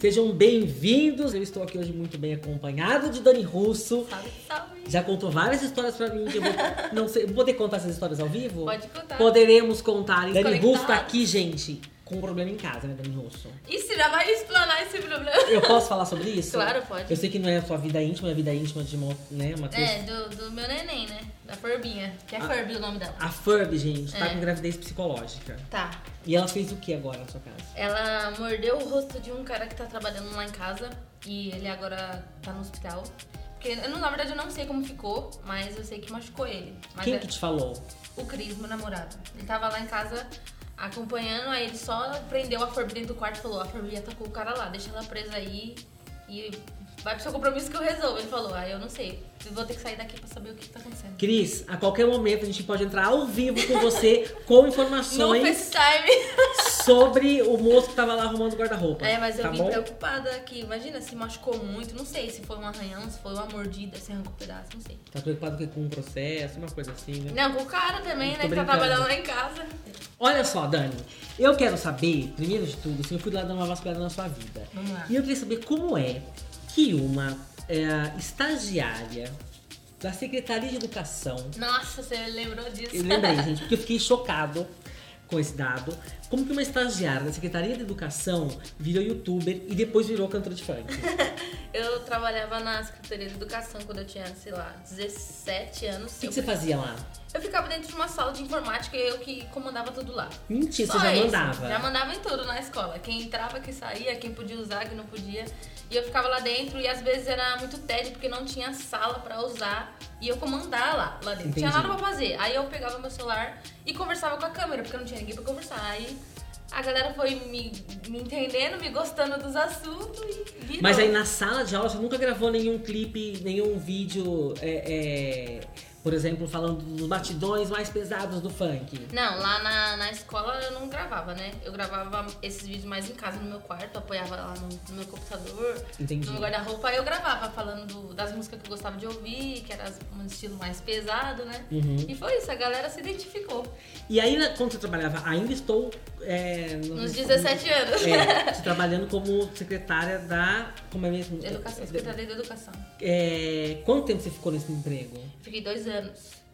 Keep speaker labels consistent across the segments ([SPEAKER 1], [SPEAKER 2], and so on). [SPEAKER 1] Sejam bem-vindos. Eu estou aqui hoje muito bem acompanhado de Dani Russo.
[SPEAKER 2] Salve, salve.
[SPEAKER 1] Já contou várias histórias pra mim. que eu vou, não sei, vou poder contar essas histórias ao vivo?
[SPEAKER 2] Pode contar.
[SPEAKER 1] Poderemos contar. E Dani
[SPEAKER 2] Desconectado.
[SPEAKER 1] Russo tá aqui, gente, com um problema em casa, né, Dani Russo?
[SPEAKER 2] E se já vai explanar esse problema?
[SPEAKER 1] Eu posso falar sobre isso?
[SPEAKER 2] Claro, pode.
[SPEAKER 1] Eu sei que não é a sua vida íntima, é a vida íntima de uma, né, uma coisa-
[SPEAKER 2] É, do, do meu neném, né? Da Forbinha. Que é
[SPEAKER 1] Ah.
[SPEAKER 2] Furby o nome dela.
[SPEAKER 1] A Furby, gente, tá
[SPEAKER 2] É.
[SPEAKER 1] com gravidez psicológica.
[SPEAKER 2] Tá.
[SPEAKER 1] E ela fez o que agora na sua casa?
[SPEAKER 2] Ela mordeu o rosto de um cara que tá trabalhando lá em casa. E ele agora tá no hospital. Porque, eu não- na verdade, eu não sei como ficou, mas eu sei que machucou ele. Mas
[SPEAKER 1] Quem
[SPEAKER 2] é-
[SPEAKER 1] que te falou?
[SPEAKER 2] o Cris, meu namorado. Ele tava lá em casa acompanhando, aí ele só prendeu a Forbi dentro do quarto e falou: A Forbi atacou o cara lá, deixa ela presa aí e vai pro seu compromisso que eu resolvo. Ele falou: Ah, eu não sei, eu vou ter que sair daqui pra saber o que, que tá acontecendo.
[SPEAKER 1] Cris, a qualquer momento a gente pode entrar ao vivo com você com
[SPEAKER 2] No
[SPEAKER 1] informações
[SPEAKER 2] FaceTime.
[SPEAKER 1] sobre o moço que tava lá arrumando o guarda-roupa.
[SPEAKER 2] É, mas eu
[SPEAKER 1] tá
[SPEAKER 2] vim
[SPEAKER 1] bom?
[SPEAKER 2] preocupada que, imagina, se machucou muito, não sei se foi um arranhão, se foi uma mordida, se arrancou um pedaço, não sei.
[SPEAKER 1] Tá preocupado com- com um processo, uma coisa assim, né?
[SPEAKER 2] Não, com o cara também,
[SPEAKER 1] Tô
[SPEAKER 2] né, que tá
[SPEAKER 1] brincando.
[SPEAKER 2] trabalhando lá em casa.
[SPEAKER 1] Olha só, Dani, eu quero saber, primeiro de tudo, se eu fui lá dar uma vasculhada na sua vida.
[SPEAKER 2] Vamos lá.
[SPEAKER 1] E eu queria saber como é que uma é, estagiária da Secretaria de Educação
[SPEAKER 2] Nossa, você lembrou disso.
[SPEAKER 1] Eu lembrei, gente, porque eu fiquei chocado com esse dado. Como que uma estagiária da Secretaria de Educação virou youtuber e depois virou cantora de funk?
[SPEAKER 2] Eu trabalhava na Secretaria de Educação quando eu tinha, sei lá, 17 anos.
[SPEAKER 1] O que,
[SPEAKER 2] eu,
[SPEAKER 1] que você fazia lá?
[SPEAKER 2] eu ficava dentro de uma sala de informática e eu que comandava tudo lá.
[SPEAKER 1] Mentira,
[SPEAKER 2] Só
[SPEAKER 1] você já
[SPEAKER 2] isso.
[SPEAKER 1] mandava.
[SPEAKER 2] Já mandava em tudo na escola. Quem entrava, quem saía, quem podia usar, quem não podia. E eu ficava lá dentro e às vezes era muito tédio porque não tinha sala pra usar e eu comandar lá, lá dentro. Não Tinha
[SPEAKER 1] Entendi.
[SPEAKER 2] nada pra fazer. Aí eu pegava meu celular e conversava com a câmera, porque não tinha ninguém pra conversar. Aí a galera foi me, me entendendo, me gostando dos assuntos e virou.
[SPEAKER 1] Mas aí na sala de aula você nunca gravou nenhum clipe, nenhum vídeo, é, é, por exemplo, falando dos batidões mais pesados do funk.
[SPEAKER 2] Não, lá na, na escola eu não gravava, né? Eu gravava esses vídeos mais em casa, no meu quarto, apoiava lá no, no meu computador,
[SPEAKER 1] Entendi.
[SPEAKER 2] no meu guarda-roupa, aí eu gravava falando do- das músicas que eu gostava de ouvir, que era as- um estilo mais pesado, né?
[SPEAKER 1] Uhum.
[SPEAKER 2] E foi isso, a galera se identificou
[SPEAKER 1] E aí, na- quando você trabalhava, ainda estou. é, no-
[SPEAKER 2] nos 17 anos.
[SPEAKER 1] É, você trabalhando como secretária da. Como é mesmo?
[SPEAKER 2] Educação, Secretaria da Educação.
[SPEAKER 1] É, quanto tempo você ficou nesse emprego?
[SPEAKER 2] Fiquei dois anos.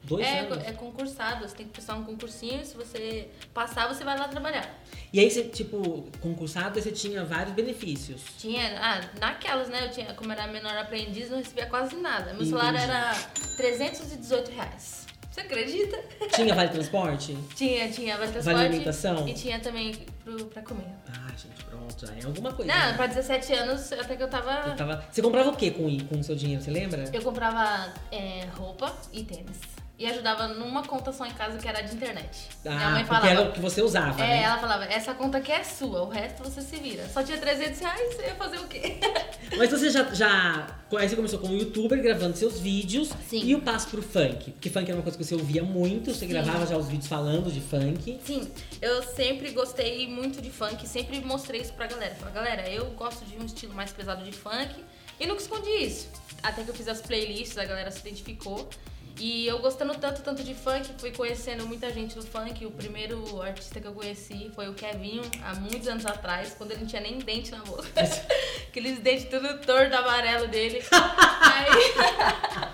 [SPEAKER 1] Dois
[SPEAKER 2] é,
[SPEAKER 1] anos?
[SPEAKER 2] é concursado, você tem que prestar um concursinho, se você passar, você vai lá trabalhar.
[SPEAKER 1] E aí você, tipo, concursado, você tinha vários benefícios.
[SPEAKER 2] Tinha, ah, naquelas, né? Eu tinha, como era menor aprendiz, não recebia quase nada. Meu
[SPEAKER 1] Entendi.
[SPEAKER 2] salário era 318 reais. Você acredita?
[SPEAKER 1] Tinha vale transporte?
[SPEAKER 2] Tinha, tinha vale
[SPEAKER 1] Vale
[SPEAKER 2] transporte
[SPEAKER 1] alimentação?
[SPEAKER 2] e tinha também pro, pra comer.
[SPEAKER 1] Ah, gente, pronto, já é alguma coisa.
[SPEAKER 2] Não,
[SPEAKER 1] né?
[SPEAKER 2] pra 17 anos, até que eu
[SPEAKER 1] Eu
[SPEAKER 2] tava...
[SPEAKER 1] tava- Você comprava o que com o com o seu dinheiro, você lembra?
[SPEAKER 2] Eu comprava é, roupa e tênis. E ajudava numa conta só em casa que era de internet. Minha
[SPEAKER 1] Ah,
[SPEAKER 2] mãe
[SPEAKER 1] porque era o
[SPEAKER 2] falava...
[SPEAKER 1] que você usava,
[SPEAKER 2] É,
[SPEAKER 1] né?
[SPEAKER 2] ela falava, essa conta aqui é sua, o resto você se vira. Só tinha 300 reais, eu ia fazer o quê?
[SPEAKER 1] Mas você já, já. Aí você começou como youtuber gravando seus vídeos
[SPEAKER 2] Sim.
[SPEAKER 1] e o passo pro funk. Porque funk era uma coisa que você ouvia muito, você
[SPEAKER 2] Sim.
[SPEAKER 1] gravava já os vídeos falando de funk.
[SPEAKER 2] Sim, eu sempre gostei muito de funk, sempre mostrei isso pra galera. Falei, galera, eu gosto de um estilo mais pesado de funk e nunca escondi isso. Até que eu fiz as playlists, a galera se identificou. E eu gostando tanto, tanto de funk, fui conhecendo muita gente do funk. O primeiro artista que eu conheci foi o Kevinho, há muitos anos atrás, quando ele não tinha nem dente na boca. Aqueles dentes tudo torto, amarelo dele. Aí...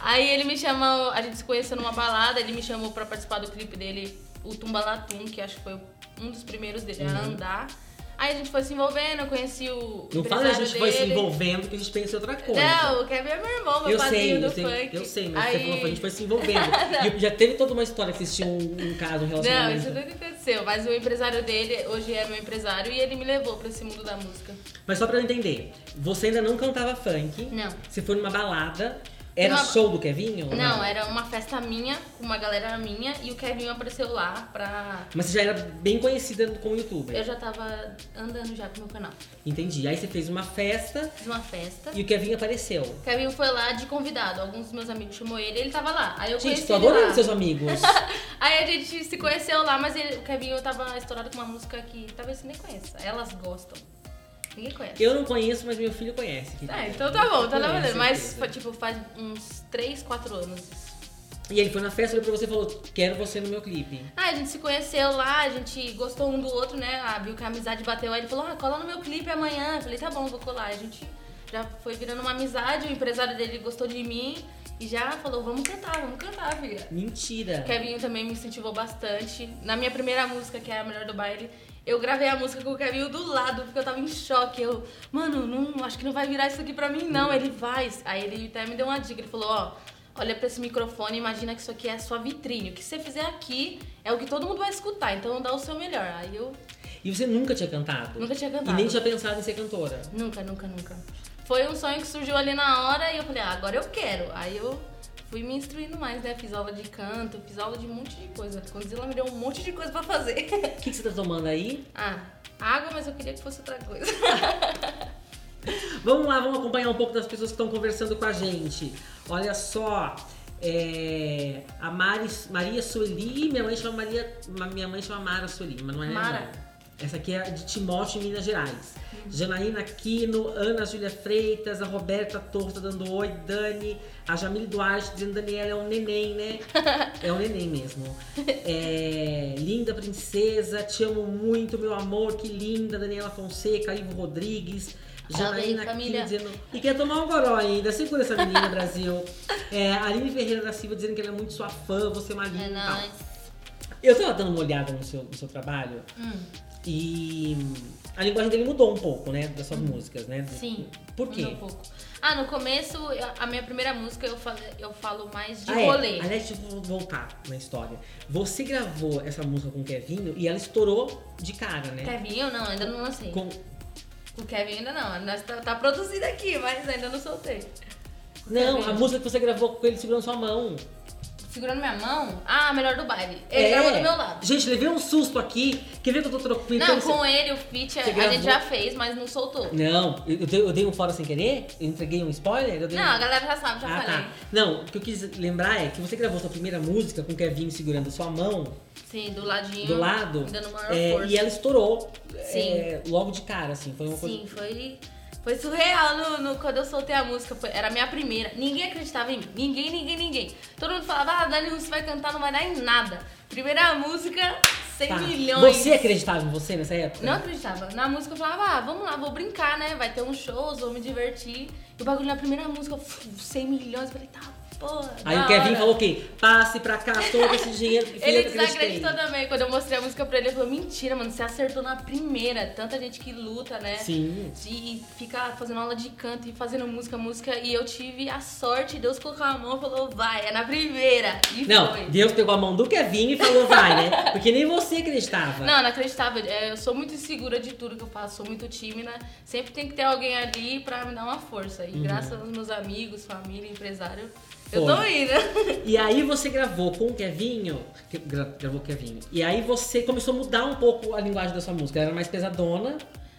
[SPEAKER 2] Aí ele me chamou, a gente se conheceu numa balada, ele me chamou pra participar do clipe dele, o Tumbalatum, que acho que foi um dos primeiros dele
[SPEAKER 1] Uhum.
[SPEAKER 2] a andar. Aí a gente foi se envolvendo, eu conheci o
[SPEAKER 1] Não fala
[SPEAKER 2] empresário
[SPEAKER 1] a gente
[SPEAKER 2] dele.
[SPEAKER 1] foi se envolvendo que a gente pensa em outra coisa.
[SPEAKER 2] Não, o Kevin é meu irmão, meu
[SPEAKER 1] Eu
[SPEAKER 2] padrinho
[SPEAKER 1] sei,
[SPEAKER 2] do
[SPEAKER 1] eu sei,
[SPEAKER 2] funk.
[SPEAKER 1] eu sei, mas você
[SPEAKER 2] Aí-
[SPEAKER 1] falou, a gente foi se envolvendo. e já teve toda uma história que vocês tinham um, um caso, um
[SPEAKER 2] Não,
[SPEAKER 1] relacionamento.
[SPEAKER 2] isso nunca aconteceu, mas o empresário dele, hoje é meu empresário, e ele me levou pra esse mundo da música.
[SPEAKER 1] Mas só pra eu entender, você ainda não cantava funk.
[SPEAKER 2] Não.
[SPEAKER 1] Você foi numa balada. Era
[SPEAKER 2] Uma-
[SPEAKER 1] show do Kevinho? ou
[SPEAKER 2] Não, era uma festa minha, com uma galera minha, e o Kevin apareceu lá pra...
[SPEAKER 1] Mas você já era bem conhecida como youtuber.
[SPEAKER 2] Eu já tava andando já pro meu canal.
[SPEAKER 1] Entendi. Aí você fez uma festa
[SPEAKER 2] Fiz uma festa.
[SPEAKER 1] e o Kevinho apareceu.
[SPEAKER 2] O Kevin foi lá de convidado. Alguns dos meus amigos chamou ele, ele tava lá. Aí eu
[SPEAKER 1] Gente,
[SPEAKER 2] conheci
[SPEAKER 1] tô
[SPEAKER 2] ele
[SPEAKER 1] adorando
[SPEAKER 2] lá.
[SPEAKER 1] seus amigos.
[SPEAKER 2] Aí a gente se conheceu lá, mas ele- o Kevin eu tava estourado com uma música que talvez você nem conheça. Elas gostam. Ninguém conhece.
[SPEAKER 1] eu não conheço, mas meu filho conhece. querida.
[SPEAKER 2] Ah, então tá bom, tá
[SPEAKER 1] Com
[SPEAKER 2] na verdade. Mas,
[SPEAKER 1] certeza.
[SPEAKER 2] tipo, faz uns 3, 4 anos. isso.
[SPEAKER 1] E ele foi na festa, olhou pra você e falou: Quero você no meu clipe.
[SPEAKER 2] Ah, a gente se conheceu lá, a gente gostou um do outro, né? Ah, viu que a amizade bateu aí, ele falou, ah, cola no meu clipe amanhã. Eu falei, tá bom, vou colar. A gente já foi virando uma amizade, o empresário dele gostou de mim e já falou, vamos cantar, vamos cantar, filha.
[SPEAKER 1] Mentira!
[SPEAKER 2] O Kevinho também me incentivou bastante. Na minha primeira música, que é a melhor do baile, eu gravei a música com o Kevinho do lado, porque eu tava em choque. Eu, mano, não, acho que não vai virar isso aqui pra mim, não. Ele vai. Aí ele até me deu uma dica, ele falou, ó. Olha pra esse microfone e imagina que isso aqui é a sua vitrine. O que você fizer aqui é o que todo mundo vai escutar, então dá o seu melhor. Aí eu
[SPEAKER 1] E você nunca tinha cantado?
[SPEAKER 2] Nunca tinha cantado.
[SPEAKER 1] E nem tinha pensado em ser cantora.
[SPEAKER 2] Nunca, nunca, nunca. Foi um sonho que surgiu ali na hora e eu falei, ah, agora eu quero. Aí eu fui me instruindo mais, né? Fiz aula de canto, fiz aula de um monte de coisa. Quando ela me deu um monte de coisa pra fazer.
[SPEAKER 1] O que, que você tá tomando aí?
[SPEAKER 2] ah, água, mas eu queria que fosse outra coisa.
[SPEAKER 1] Vamos lá, vamos acompanhar um pouco das pessoas que estão conversando com a gente. Olha só, é, a Mari, Maria Sueli, minha mãe chama Maria, ma- minha mãe chama Mara Sueli, mas não é
[SPEAKER 2] Mara.
[SPEAKER 1] Mara. Essa aqui é de Timóteo, Minas Gerais. Janaína Aquino, Ana Júlia Freitas, a Roberta Torres tá dando oi, Dani, a Jamile Duarte dizendo Daniela é um neném, né? É um neném mesmo. É, linda princesa, te amo muito, meu amor, que linda. Daniela Fonseca, Ivo Rodrigues,
[SPEAKER 2] Salve aí,
[SPEAKER 1] Janaína Aquino
[SPEAKER 2] família.
[SPEAKER 1] dizendo. E quer tomar um goró ainda, segura essa menina, Brasil. É, Aline Ferreira da Silva dizendo que ela é muito sua fã, você é uma linda.
[SPEAKER 2] é
[SPEAKER 1] e tal.
[SPEAKER 2] nóis.
[SPEAKER 1] Eu tava dando uma olhada no seu, no seu trabalho
[SPEAKER 2] Hum,
[SPEAKER 1] e a linguagem dele mudou um pouco, né? Das suas músicas, né?
[SPEAKER 2] Uhum. sim.
[SPEAKER 1] Por quê?
[SPEAKER 2] Mudou Um pouco. Ah, no começo, eu- a minha primeira música eu falo, eu falo mais de
[SPEAKER 1] Ah, é.
[SPEAKER 2] rolê.
[SPEAKER 1] Aliás, deixa eu voltar na história. Você gravou essa música com o Kevinho e ela estourou de cara, né?
[SPEAKER 2] Kevinho, não, ainda não lancei.
[SPEAKER 1] Com-
[SPEAKER 2] O Kevin ainda não. Nós tá, tá produzido aqui, mas ainda não soltei.
[SPEAKER 1] Não,
[SPEAKER 2] Kevinho.
[SPEAKER 1] a música que você gravou com ele segurando sua mão.
[SPEAKER 2] Segurando minha mão? Ah, melhor do baile. Ele
[SPEAKER 1] É.
[SPEAKER 2] gravou do meu lado.
[SPEAKER 1] Gente, levei um susto aqui. Quer ver que eu tô trocando?
[SPEAKER 2] não, com ele, o feat, a,
[SPEAKER 1] Então Você
[SPEAKER 2] a
[SPEAKER 1] gravou?
[SPEAKER 2] gente já fez, mas não soltou.
[SPEAKER 1] Não, eu, eu dei- eu dei um fora sem querer? Eu entreguei um spoiler? Eu dei
[SPEAKER 2] Não,
[SPEAKER 1] um...
[SPEAKER 2] a galera já sabe, já
[SPEAKER 1] Ah,
[SPEAKER 2] falei.
[SPEAKER 1] tá. Não, o que eu quis lembrar é que você gravou sua primeira música com o Kevinho segurando sua mão
[SPEAKER 2] Sim, do ladinho.
[SPEAKER 1] do lado
[SPEAKER 2] Dando maior
[SPEAKER 1] é,
[SPEAKER 2] força.
[SPEAKER 1] e ela estourou
[SPEAKER 2] Sim.
[SPEAKER 1] é, logo de cara, assim. Foi uma coisa.
[SPEAKER 2] Sim, foi. Foi surreal no, no- quando eu soltei a música. Foi- era a minha primeira. Ninguém acreditava em mim. Ninguém, ninguém, ninguém. Todo mundo falava, ah, Dani Russo vai cantar, não vai dar em nada. Primeira música, 100
[SPEAKER 1] Tá.
[SPEAKER 2] milhões.
[SPEAKER 1] Você acreditava em você nessa época?
[SPEAKER 2] Não acreditava. Na música eu falava, ah, vamos lá, vou brincar, né? Vai ter uns shows, vou me divertir. E o bagulho na primeira música, fu- 100 milhões, eu falei, tá, porra.
[SPEAKER 1] Aí
[SPEAKER 2] da
[SPEAKER 1] o Kevin
[SPEAKER 2] hora.
[SPEAKER 1] falou o quê? Passe pra cá todo esse dinheiro que
[SPEAKER 2] Ele
[SPEAKER 1] eu acreditei.
[SPEAKER 2] desacreditou também. Quando eu mostrei a música pra ele, ele falou, mentira, mano, você acertou na primeira. Tanta gente que luta, né?
[SPEAKER 1] Sim.
[SPEAKER 2] De ficar fazendo aula de canto e fazendo música, música. E eu tive a sorte, Deus colocou a mão e falou, vai, é na primeira. E foi.
[SPEAKER 1] Não, Deus pegou a mão do Kevin e falou, vai, né? Porque nem você acreditava.
[SPEAKER 2] Não, não acreditava. É, Eu sou muito insegura de tudo que eu faço, sou muito tímida. Sempre tem que ter alguém ali pra me dar uma força. E graças aos meus amigos, família, empresário, eu tô
[SPEAKER 1] Uhum. Foi.
[SPEAKER 2] indo.
[SPEAKER 1] E aí você gravou com o Kevinho, que- gra- gravou com o Kevinho, e aí você começou a mudar um pouco a linguagem da sua música, ela era mais pesadona.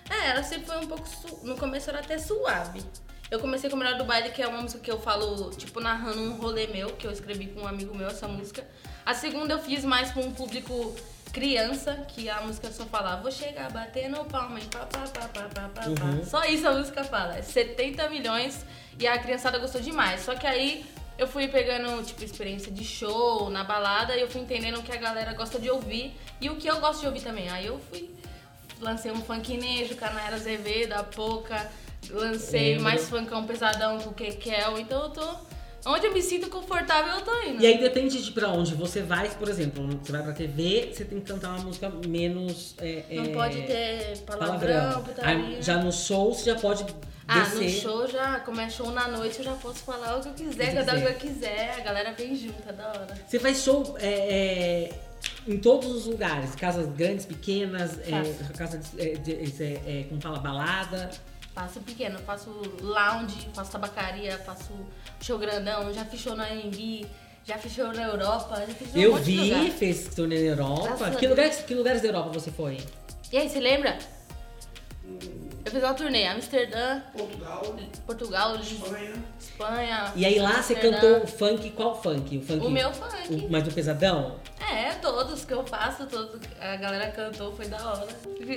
[SPEAKER 2] É, ela sempre foi um pouco. Su... No começo era até suave. Eu comecei com o Melhor do Baile, que é uma música que eu falo, tipo, narrando um rolê meu, que eu escrevi com um amigo meu, essa música. A segunda eu fiz mais com um público criança, que a música só fala, vou chegar batendo palma e pá, pá, pá, pá, pá, pá,
[SPEAKER 1] Uhum.
[SPEAKER 2] pá. Só isso a música fala. É 70 milhões e a criançada gostou demais. Só que aí eu fui pegando, tipo, experiência de show, na balada, e eu fui entendendo o que a galera gosta de ouvir e o que eu gosto de ouvir também. Aí eu fui, lancei um funkinejo, Canara Azevedo, da Poca, lancei
[SPEAKER 1] Lembro.
[SPEAKER 2] mais funkão pesadão com o Kekel, então eu tô... Onde eu me sinto confortável, eu tô indo.
[SPEAKER 1] E aí depende de pra onde você vai, por exemplo, você vai pra TV, você tem que cantar uma música menos. é,
[SPEAKER 2] Não
[SPEAKER 1] é,
[SPEAKER 2] pode ter palavrão, putaria.
[SPEAKER 1] Aí, já no show você já pode
[SPEAKER 2] Ah,
[SPEAKER 1] descer.
[SPEAKER 2] no show já, como é show na noite, eu já posso falar o que eu
[SPEAKER 1] O
[SPEAKER 2] quiser,
[SPEAKER 1] que
[SPEAKER 2] cantar o
[SPEAKER 1] quiser.
[SPEAKER 2] que eu quiser, a galera vem junto, é da hora.
[SPEAKER 1] Você faz show é, é, em todos os lugares, casas grandes, pequenas, é,
[SPEAKER 2] Faço.
[SPEAKER 1] casa de- é, de- é, é, como fala, balada.
[SPEAKER 2] Faço pequeno, faço lounge, faço tabacaria, faço show grandão, já fiz show na AMB, já fiz show na Europa, já fiz show em um
[SPEAKER 1] Eu
[SPEAKER 2] monte de
[SPEAKER 1] vi,
[SPEAKER 2] lugar.
[SPEAKER 1] fez turnê na
[SPEAKER 2] Graças a
[SPEAKER 1] Europa. Que
[SPEAKER 2] Deus.
[SPEAKER 1] lugares, que lugares da Europa você foi?
[SPEAKER 2] E aí, você lembra? Eu fiz uma turnê, Amsterdã,
[SPEAKER 3] Portugal,
[SPEAKER 2] Portugal, Lisboa,
[SPEAKER 3] Espanha.
[SPEAKER 2] Espanha.
[SPEAKER 1] E aí lá você
[SPEAKER 2] Amsterdã.
[SPEAKER 1] cantou o funk, qual funk? O funk?
[SPEAKER 2] O meu funk.
[SPEAKER 1] o- mas o pesadão?
[SPEAKER 2] É, todos que eu faço, todo, a galera cantou, foi da hora.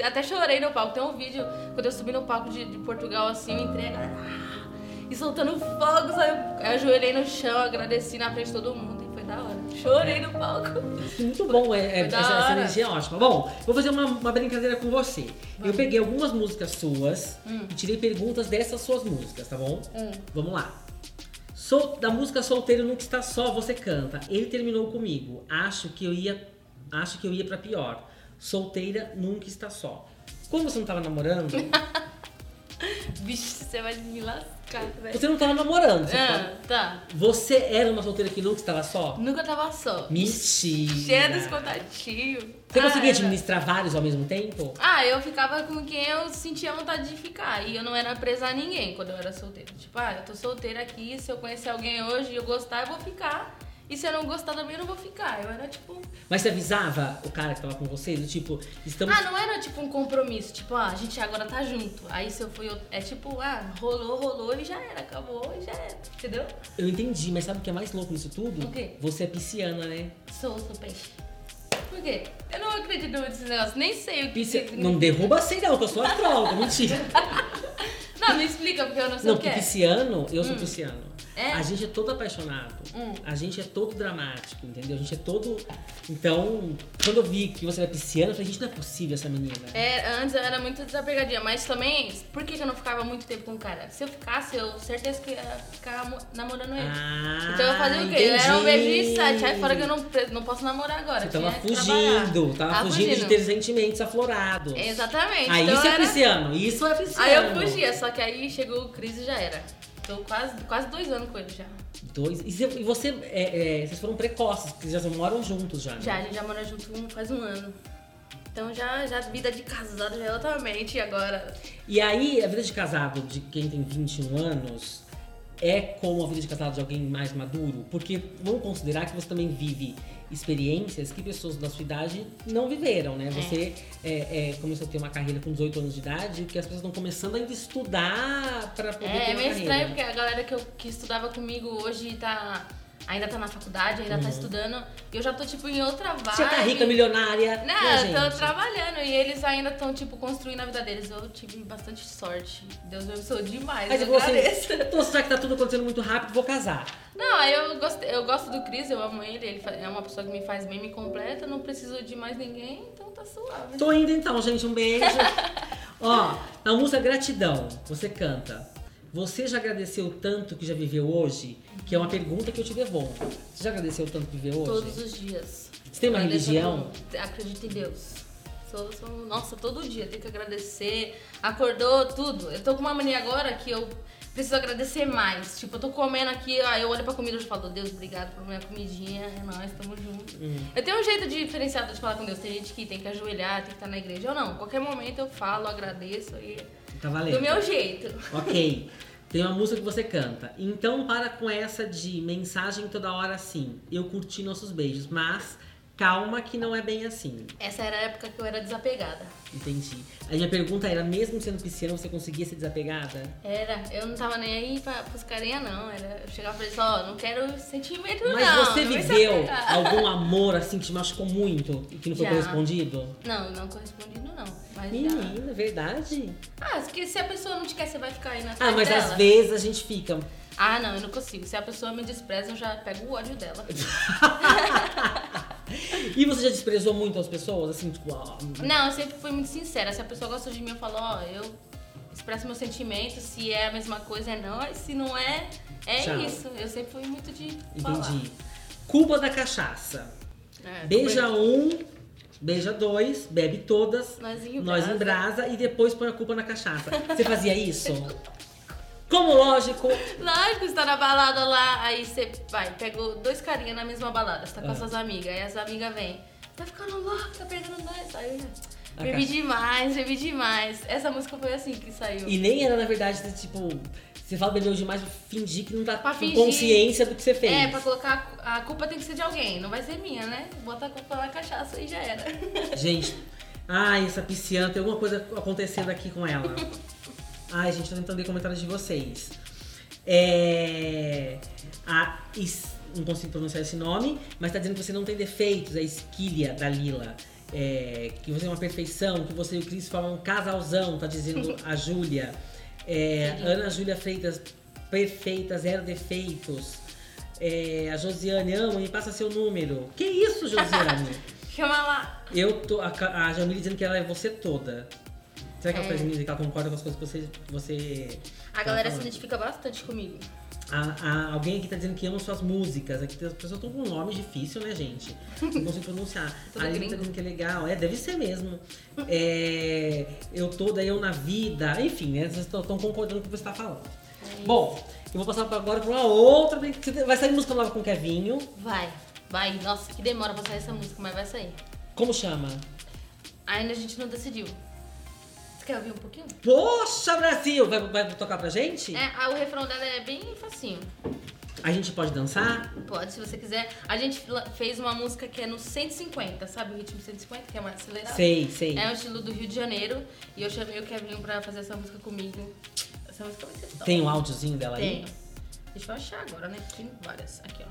[SPEAKER 2] Até chorei no palco. Tem um vídeo quando eu subi no palco de, de Portugal assim, eu entrei a galera. "Ah!" E soltando fogos, aí eu ajoelhei no chão, agradeci na frente de todo mundo e foi da da hora. Chorei no palco.
[SPEAKER 1] Muito bom, é, é-
[SPEAKER 2] Foi
[SPEAKER 1] essa,
[SPEAKER 2] da
[SPEAKER 1] essa
[SPEAKER 2] hora.
[SPEAKER 1] energia é ótima. Bom, vou fazer uma, uma brincadeira com você. Eu peguei algumas músicas suas
[SPEAKER 2] Hum.
[SPEAKER 1] e tirei perguntas dessas suas músicas, tá bom? Vamos lá. Sol, da música Solteiro Nunca Está Só, você canta. Ele terminou comigo. Acho que eu ia. Acho que eu ia pra pior. Solteira nunca está só. Como você não tava namorando,
[SPEAKER 2] Vixe, você vai me lascar, velho.
[SPEAKER 1] você não tava namorando. Você, tava-
[SPEAKER 2] Ah, tá.
[SPEAKER 1] você era uma solteira que nunca estava só?
[SPEAKER 2] Nunca tava só.
[SPEAKER 1] Mentira!
[SPEAKER 2] Cheia dos contatinhos.
[SPEAKER 1] Você
[SPEAKER 2] Ah,
[SPEAKER 1] conseguia
[SPEAKER 2] era.
[SPEAKER 1] administrar vários ao mesmo tempo?
[SPEAKER 2] Ah, eu ficava com quem eu sentia vontade de ficar. E eu não era presa a ninguém quando eu era solteira. Tipo, ah, eu tô solteira aqui, se eu conhecer alguém hoje e eu gostar, eu vou ficar. E se eu não gostar também, eu não vou ficar. Eu era tipo.
[SPEAKER 1] Mas você avisava o cara que tava com você, do tipo, estamos.
[SPEAKER 2] Ah, não era tipo um compromisso. Tipo, ah, a gente agora tá junto. Aí se eu fui. eu- É tipo, ah, rolou, rolou e já era, acabou e já era. Entendeu?
[SPEAKER 1] Eu entendi, mas sabe o que é mais louco nisso tudo?
[SPEAKER 2] O quê?
[SPEAKER 1] Você é pisciana, né?
[SPEAKER 2] Sou, sou peixe. Por quê? Eu não acredito muito nesse negócio. Nem sei o que.
[SPEAKER 1] Pisci...
[SPEAKER 2] significa.
[SPEAKER 1] é Não derruba assim não, que eu sou astróloga, mentira.
[SPEAKER 2] Não, me explica, porque eu não sei
[SPEAKER 1] Não,
[SPEAKER 2] o que
[SPEAKER 1] porque
[SPEAKER 2] é.
[SPEAKER 1] pisciano, eu sou pisciano.
[SPEAKER 2] É?
[SPEAKER 1] A gente é todo apaixonado.
[SPEAKER 2] Hum.
[SPEAKER 1] A gente é todo dramático, entendeu? A gente é todo. Então, quando eu vi que você era pisciana, eu falei, gente, não é possível essa menina.
[SPEAKER 2] É, antes eu era muito desapegadinha, mas também, por que, que eu não ficava muito tempo com o cara? Se eu ficasse, eu certeza que ia ficar mo- namorando ele.
[SPEAKER 1] Ah,
[SPEAKER 2] então eu fazia o quê? Eu era um beijo e sete. Aí fora que eu não, pre- não posso namorar agora.
[SPEAKER 1] Você
[SPEAKER 2] eu
[SPEAKER 1] tava
[SPEAKER 2] tinha que é
[SPEAKER 1] fugindo,
[SPEAKER 2] trabalhar.
[SPEAKER 1] tava, fugindo, de ter sentimentos aflorados.
[SPEAKER 2] Exatamente.
[SPEAKER 1] Aí
[SPEAKER 2] então
[SPEAKER 1] isso
[SPEAKER 2] eu
[SPEAKER 1] é
[SPEAKER 2] era-
[SPEAKER 1] pisciano, isso é pisciano.
[SPEAKER 2] Aí eu fugia, só que aí chegou o Cris e já era. Tô quase, quase dois anos com ele já.
[SPEAKER 1] Dois. E você, e você- é, é, vocês foram precoces, porque vocês já moram juntos já. né?
[SPEAKER 2] Já, a gente já mora junto um- faz um ano. Então já, já a vida de casado já é altamente agora.
[SPEAKER 1] E aí, a vida de casado de quem tem 21 anos é como a vida de casado de alguém mais maduro? Porque vamos considerar que você também vive experiências que pessoas da sua idade não viveram, né? Você é, é, começou a ter uma carreira com 18 anos de idade, que as pessoas estão começando ainda a estudar pra poder ter uma
[SPEAKER 2] É, é meio
[SPEAKER 1] carreira.
[SPEAKER 2] estranho, porque a galera que, eu- que estudava comigo hoje tá, ainda tá na faculdade, ainda tá estudando. E eu já tô, tipo, em outra vibe.
[SPEAKER 1] Você tá rica, milionária,
[SPEAKER 2] Não,
[SPEAKER 1] né, gente?
[SPEAKER 2] eu tô trabalhando e eles ainda estão, tipo, construindo a vida deles. Eu tive bastante sorte. Deus me abençoe demais.
[SPEAKER 1] Mas
[SPEAKER 2] eu agradeço.
[SPEAKER 1] você, então, será que tá tudo acontecendo muito rápido? Vou casar.
[SPEAKER 2] Não, aí eu gosto, eu gosto do Cris, eu amo ele. Ele fa- é uma pessoa que me faz bem, me completa. Não preciso de mais ninguém, então tá suave.
[SPEAKER 1] Tô indo então, gente. Um beijo. Ó, na música Gratidão, você canta. Você já agradeceu tanto que já viveu hoje? Que é uma pergunta que eu te devolvo. Você já agradeceu tanto que viveu hoje?
[SPEAKER 2] Todos os dias.
[SPEAKER 1] Você tem uma
[SPEAKER 2] Agradeço a
[SPEAKER 1] religião?
[SPEAKER 2] todo- Acredito em Deus. Sou, sou- nossa, todo dia tem que agradecer. Acordou, tudo. Eu tô com uma mania agora que eu preciso agradecer mais. Tipo, eu tô comendo aqui, ó, eu olho pra comida e eu falo, Deus, obrigado por minha comidinha. É nóis, tamo junto.
[SPEAKER 1] Hum.
[SPEAKER 2] Eu tenho um jeito de diferenciado de falar com Deus. Tem gente que tem que ajoelhar, tem que estar na igreja. Eu não. Qualquer momento eu falo, agradeço e.
[SPEAKER 1] Tá valendo.
[SPEAKER 2] Do meu jeito.
[SPEAKER 1] Ok. Tem uma música que você canta. Então para com essa de mensagem toda hora assim. Eu curti nossos beijos, mas calma que não é bem assim.
[SPEAKER 2] Essa era a época que eu era desapegada.
[SPEAKER 1] Entendi. A minha pergunta era, mesmo sendo pisciana, você conseguia ser desapegada?
[SPEAKER 2] Era, eu não tava nem aí pra, pros carinha, não. Era, eu chegava pra eles, ó, não quero sentimento,
[SPEAKER 1] Mas
[SPEAKER 2] não.
[SPEAKER 1] você
[SPEAKER 2] não é vem se
[SPEAKER 1] viveu
[SPEAKER 2] apegar.
[SPEAKER 1] algum amor assim que te machucou muito e que não foi
[SPEAKER 2] Já.
[SPEAKER 1] correspondido?
[SPEAKER 2] Não, não correspondido, não. Mas já.
[SPEAKER 1] Menina, verdade?
[SPEAKER 2] Ah, porque se a pessoa não te quer, você vai ficar aí na frente
[SPEAKER 1] Ah, mas
[SPEAKER 2] dela.
[SPEAKER 1] às vezes a gente fica.
[SPEAKER 2] Ah, não, eu não consigo. Se a pessoa me despreza, eu já pego o ódio dela.
[SPEAKER 1] E você já desprezou muito as pessoas? Assim, tipo, ó,
[SPEAKER 2] não, eu sempre fui muito sincera. Se a pessoa gosta de mim, eu falo, ó, eu expresso meus sentimentos. Se é a mesma coisa, é não. Se não é, é
[SPEAKER 1] Tchau.
[SPEAKER 2] isso. Eu sempre fui muito de falar.
[SPEAKER 1] entendi. Cuba da cachaça.
[SPEAKER 2] É,
[SPEAKER 1] Beija um, beija dois, bebe todas,
[SPEAKER 2] Nós em
[SPEAKER 1] nós em
[SPEAKER 2] brasa.
[SPEAKER 1] brasa e depois põe a culpa na cachaça. Você fazia isso? Como lógico,
[SPEAKER 2] Lógico, você tá na balada lá, aí você vai, pegou dois carinha na mesma balada, você tá com
[SPEAKER 1] Ah.
[SPEAKER 2] suas amigas, aí as amigas vêm, tá ficando louca, pegando nós, aí
[SPEAKER 1] A
[SPEAKER 2] bebi
[SPEAKER 1] caixa.
[SPEAKER 2] demais, bebi demais. Essa música foi assim que saiu.
[SPEAKER 1] E nem era, na verdade, de, tipo, você fala bebeu demais pra fingir que não tá
[SPEAKER 2] Pra
[SPEAKER 1] com
[SPEAKER 2] fingir.
[SPEAKER 1] consciência do que você fez.
[SPEAKER 2] É, pra colocar, a a culpa tem que ser de alguém, não vai ser minha, né? Bota a culpa na cachaça e já era.
[SPEAKER 1] Gente, ai, essa pisciana, tem alguma coisa acontecendo aqui com ela. Ai, gente, tô tentando ler comentários de vocês. É. A. Is- Não consigo pronunciar esse nome, mas tá dizendo que você não tem defeitos, é esquilha da Lila. É, que você é uma perfeição, que você e o Cris formam um casalzão, tá dizendo a Júlia. É, Ana Júlia Freitas, perfeita, zero defeitos. é, a Josiane, amo, me passa seu número. Que isso, Josiane?
[SPEAKER 2] Chama lá.
[SPEAKER 1] Eu tô. A, Ca- a Jamile dizendo que ela é você toda. Será que ela
[SPEAKER 2] É.
[SPEAKER 1] faz música? Ela concorda com as coisas que você. você
[SPEAKER 2] A galera
[SPEAKER 1] tá
[SPEAKER 2] se
[SPEAKER 1] falando?
[SPEAKER 2] identifica bastante comigo.
[SPEAKER 1] A- a- alguém aqui tá dizendo que ama suas músicas. Aqui tem- as pessoas estão com um nome difícil, né, gente? Não consigo pronunciar.
[SPEAKER 2] Tudo
[SPEAKER 1] A Aline
[SPEAKER 2] gringo.
[SPEAKER 1] tá dizendo que é legal. É, deve ser mesmo. É, eu toda, eu na vida. Enfim, né? Vocês estão concordando com o que você tá falando.
[SPEAKER 2] É
[SPEAKER 1] Bom, eu vou passar pra- agora pra uma outra. porque Vai sair música nova com o Kevinho.
[SPEAKER 2] Vai, vai. Nossa, que demora pra sair essa música, mas vai sair.
[SPEAKER 1] Como chama?
[SPEAKER 2] Ainda a gente não decidiu. Você quer ouvir um pouquinho?
[SPEAKER 1] Poxa, Brasil! Vai, vai tocar pra gente?
[SPEAKER 2] É, a- o refrão dela é bem facinho.
[SPEAKER 1] A gente pode dançar?
[SPEAKER 2] Pode, se você quiser. A gente la- fez uma música que é no 150, sabe o ritmo 150, que é mais acelerado?
[SPEAKER 1] Sei, sei.
[SPEAKER 2] É um estilo do Rio de Janeiro. E eu chamei o Kevin pra fazer essa música comigo. Essa música vai ser top.
[SPEAKER 1] Tem um áudiozinho dela aí?
[SPEAKER 2] Tenho. Deixa eu achar agora, né? Porque Tem várias. Aqui,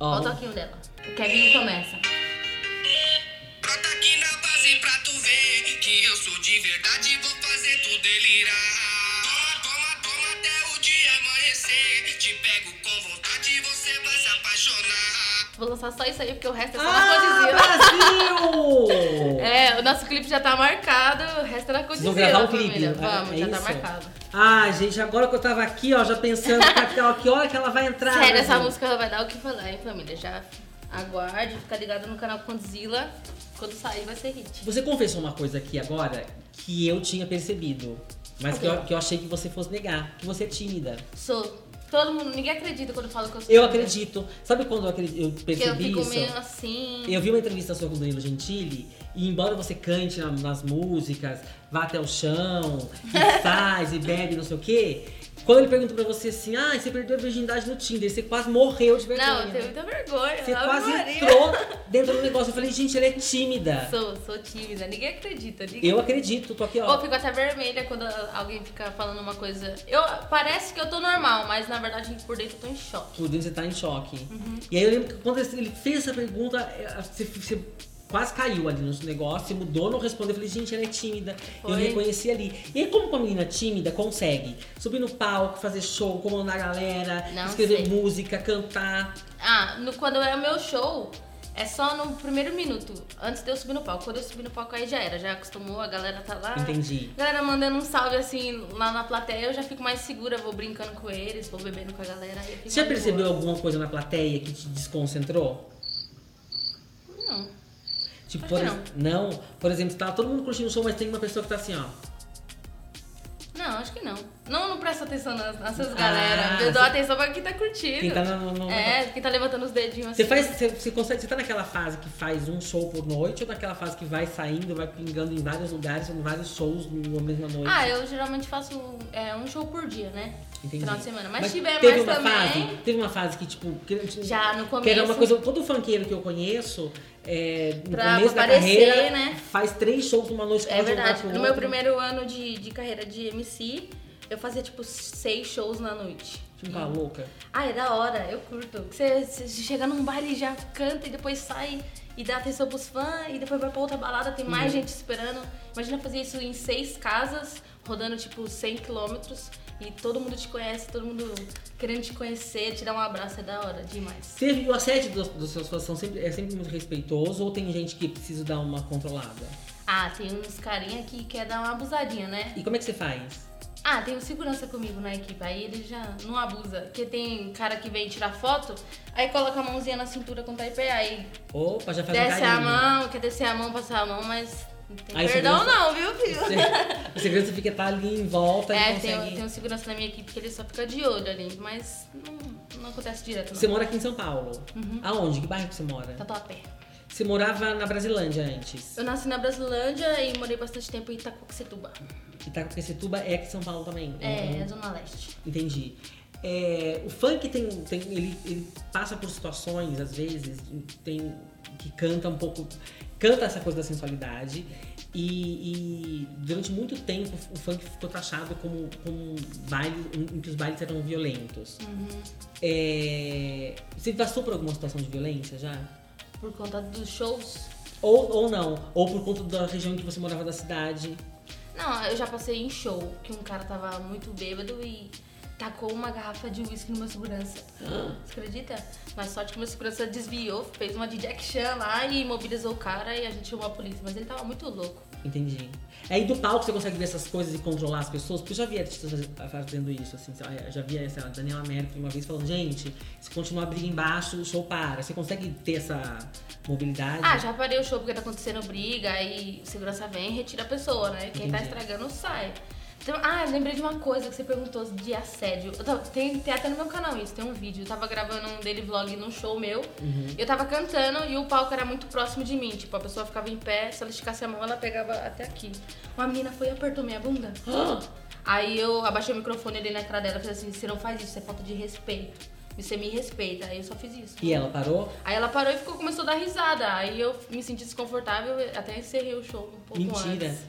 [SPEAKER 2] ó.
[SPEAKER 1] Ó,
[SPEAKER 2] Olha o toquinho dela. O Kevin começa.
[SPEAKER 3] Brota aqui na base pra tu ver que eu sou de verdade e vou fazer tu delirar. Toma, toma, toma até o dia amanhecer. Te pego com vontade e você vai se apaixonar.
[SPEAKER 2] Vou lançar só isso aí, porque o resto é só na codezinha.
[SPEAKER 1] Ah, Brasil!
[SPEAKER 2] É, o nosso clipe já tá marcado, o resto é na
[SPEAKER 1] Vocês vão
[SPEAKER 2] codezinha,
[SPEAKER 1] gravar o clipe?
[SPEAKER 2] família.
[SPEAKER 1] é-
[SPEAKER 2] Vamos,
[SPEAKER 1] é
[SPEAKER 2] já tá
[SPEAKER 1] isso?
[SPEAKER 2] marcado.
[SPEAKER 1] Ah, gente, agora que eu tava aqui, ó, já pensando que, que hora que ela vai entrar.
[SPEAKER 2] Sério,
[SPEAKER 1] né,
[SPEAKER 2] essa
[SPEAKER 1] gente?
[SPEAKER 2] música vai dar o que falar, hein, família? Já aguarde, fica ligado no canal Condzilla. Quando sair, vai ser hit.
[SPEAKER 1] Você confessou uma coisa aqui agora que eu tinha percebido, mas que, eu, que eu achei que você fosse negar, que você é tímida.
[SPEAKER 2] Sou. Todo mundo, ninguém acredita quando eu falo que eu sou.
[SPEAKER 1] Eu
[SPEAKER 2] tímida.
[SPEAKER 1] acredito. Sabe quando eu, acredi- eu
[SPEAKER 2] Porque eu
[SPEAKER 1] percebi
[SPEAKER 2] fico
[SPEAKER 1] isso?
[SPEAKER 2] meio assim.
[SPEAKER 1] Eu vi uma entrevista sua com o Danilo Gentili e embora você cante na- nas músicas, vá até o chão, e faz e bebe, não sei o quê, quando ele pergunta pra você assim, ah, você perdeu a virgindade no Tinder, você quase morreu de vergonha.
[SPEAKER 2] Não, eu tenho muita vergonha.
[SPEAKER 1] Você
[SPEAKER 2] Ave
[SPEAKER 1] quase
[SPEAKER 2] Maria.
[SPEAKER 1] entrou dentro do negócio. Eu falei, gente, ela é tímida.
[SPEAKER 2] Sou, sou tímida. Ninguém acredita. Ninguém
[SPEAKER 1] Eu acredito, tô aqui,
[SPEAKER 2] Pô, eu
[SPEAKER 1] ó.
[SPEAKER 2] fico até vermelha quando alguém fica falando uma coisa. Eu, parece que eu tô normal, mas na verdade por dentro eu tô em choque.
[SPEAKER 1] Por dentro você tá em choque.
[SPEAKER 2] Uhum.
[SPEAKER 1] E aí eu lembro que quando ele fez essa pergunta, eh, você, você quase caiu ali no negócio, você mudou, não respondeu. Eu falei, gente, ela é tímida. Eu
[SPEAKER 2] Foi.
[SPEAKER 1] reconheci ali. E aí, como uma menina tímida consegue subir no palco, fazer show, comandar a galera,
[SPEAKER 2] Não
[SPEAKER 1] escrever
[SPEAKER 2] sei.
[SPEAKER 1] música, cantar.
[SPEAKER 2] Ah, no, quando é o meu show, é só no primeiro minuto, antes de eu subir no palco. Quando eu subir no palco aí já era, já acostumou, a galera tá lá.
[SPEAKER 1] Entendi.
[SPEAKER 2] A galera mandando um salve assim lá na plateia, eu já fico mais segura, vou brincando com eles, vou bebendo com a galera. aí eu fico
[SPEAKER 1] Você já
[SPEAKER 2] mais de
[SPEAKER 1] percebeu
[SPEAKER 2] boa.
[SPEAKER 1] alguma coisa na plateia que te desconcentrou?
[SPEAKER 2] Não.
[SPEAKER 1] Tipo,
[SPEAKER 2] Acho
[SPEAKER 1] por
[SPEAKER 2] que
[SPEAKER 1] ex- não. Por exemplo, tá todo mundo curtindo o show, mas tem uma pessoa que tá assim, ó.
[SPEAKER 2] Não, acho que não. Não, não presta atenção nas, nessas
[SPEAKER 1] Ah,
[SPEAKER 2] galera. Eu dou
[SPEAKER 1] você-
[SPEAKER 2] atenção pra quem tá curtindo.
[SPEAKER 1] Quem tá no- no- no-
[SPEAKER 2] É, quem tá levantando os dedinhos assim.
[SPEAKER 1] Você faz, você, você consegue, você tá naquela fase que faz um show por noite ou naquela fase que vai saindo, vai pingando em vários lugares, em vários shows na mesma noite?
[SPEAKER 2] Ah, eu geralmente faço é, um show por dia, né?
[SPEAKER 1] Entendi.
[SPEAKER 2] Final de semana. Mas, se tiver
[SPEAKER 1] teve
[SPEAKER 2] mais
[SPEAKER 1] uma
[SPEAKER 2] também.
[SPEAKER 1] fase, teve uma fase que tipo, que-
[SPEAKER 2] Já no
[SPEAKER 1] que era
[SPEAKER 2] começo.
[SPEAKER 1] uma coisa, todo funkeiro que eu conheço, é, no
[SPEAKER 2] Pra
[SPEAKER 1] começo da
[SPEAKER 2] aparecer,
[SPEAKER 1] carreira,
[SPEAKER 2] né?
[SPEAKER 1] faz três shows numa noite.
[SPEAKER 2] É
[SPEAKER 1] pode jogar
[SPEAKER 2] verdade.
[SPEAKER 1] pro
[SPEAKER 2] No meu
[SPEAKER 1] outro.
[SPEAKER 2] primeiro ano de, de carreira de MC, eu fazia tipo seis shows na noite.
[SPEAKER 1] Você não tá louca?
[SPEAKER 2] Ah, é da hora, eu curto. Você, você chega num baile e já canta e depois sai e dá atenção pros fãs e depois vai pra outra balada, tem mais gente esperando. Imagina fazer isso em seis casas, rodando tipo 100 quilômetros e todo mundo te conhece, todo mundo querendo te conhecer, te dar um abraço, é da hora demais.
[SPEAKER 1] Você, o assédio dos, dos seus fãs são sempre, é sempre muito respeitoso ou tem gente que precisa dar uma controlada?
[SPEAKER 2] Ah, tem uns carinha que quer dar uma abusadinha, né?
[SPEAKER 1] E como é que você faz?
[SPEAKER 2] Ah, tem um segurança comigo na equipe, aí ele já não abusa. Porque tem cara que vem tirar foto, aí coloca a mãozinha na cintura com o taipei, aí
[SPEAKER 1] Opa, já faz um
[SPEAKER 2] desce a
[SPEAKER 1] carinho.
[SPEAKER 2] mão, quer descer a mão, passar a mão, mas não tem
[SPEAKER 1] Aí o
[SPEAKER 2] perdão
[SPEAKER 1] segurança-
[SPEAKER 2] não, viu, filho?
[SPEAKER 1] O segredo fica tá ali em volta
[SPEAKER 2] É,
[SPEAKER 1] e
[SPEAKER 2] tem,
[SPEAKER 1] consegue.
[SPEAKER 2] um- tem um segurança na minha equipe que ele só fica de olho ali, mas não, não acontece direto
[SPEAKER 1] Você
[SPEAKER 2] não. Tá
[SPEAKER 1] mora aqui em São Paulo.
[SPEAKER 2] Uhum.
[SPEAKER 1] Aonde? Que bairro que você mora?
[SPEAKER 2] Tatuapé.
[SPEAKER 1] Você morava na Brasilândia antes.
[SPEAKER 2] Eu nasci na Brasilândia e morei bastante tempo em Itacoaxetuba.
[SPEAKER 1] E tá com Itacoacetuba é aqui em São Paulo também.
[SPEAKER 2] É,
[SPEAKER 1] Uhum.
[SPEAKER 2] Zona Leste.
[SPEAKER 1] Entendi. É, o funk tem, tem ele, ele passa por situações às vezes tem que canta um pouco canta essa coisa da sensualidade e, e durante muito tempo o funk ficou taxado como, como um baile em em que os bailes eram violentos. É, você passou por alguma situação de violência já?
[SPEAKER 2] Por conta dos shows,
[SPEAKER 1] Ou, ou não, ou por conta da região em que você morava da cidade.
[SPEAKER 2] Não, eu já passei em show, que um cara tava muito bêbado e tacou uma garrafa de uísque no meu segurança. Você acredita? Mas sorte que meu segurança desviou, fez uma de Jack Chan lá e imobilizou o cara e a gente chamou a polícia. Mas ele tava muito louco.
[SPEAKER 1] Entendi. É, e do palco você consegue ver essas coisas e controlar as pessoas? Porque eu já vi artistas faz- fazendo isso, assim, sei lá, eu já vi, sei lá, Daniela Mercury uma vez falando, gente, se continuar a briga embaixo, o show para. Você consegue ter essa mobilidade?
[SPEAKER 2] Ah, já parei o show porque tá acontecendo briga, aí o segurança vem e retira a pessoa, né? Quem tá
[SPEAKER 1] Entendi.
[SPEAKER 2] estragando sai. Então, ah, lembrei de uma coisa que você perguntou de assédio. Eu tava- tem, tem até no meu canal isso, tem um vídeo. Eu tava gravando um daily vlog num show meu.
[SPEAKER 1] Uhum.
[SPEAKER 2] Eu tava cantando e o palco era muito próximo de mim. Tipo, a pessoa ficava em pé, se ela esticasse a mão, ela pegava até aqui. Uma menina foi e apertou minha bunda. Aí eu abaixei o microfone ali na cara dela e falei assim, você não faz isso, isso é falta de respeito. Você me respeita. Aí eu só fiz isso.
[SPEAKER 1] E ela parou?
[SPEAKER 2] Aí ela parou e ficou, começou a dar risada. Aí eu me senti desconfortável, até encerrei o show um pouco
[SPEAKER 1] Mentira.
[SPEAKER 2] antes.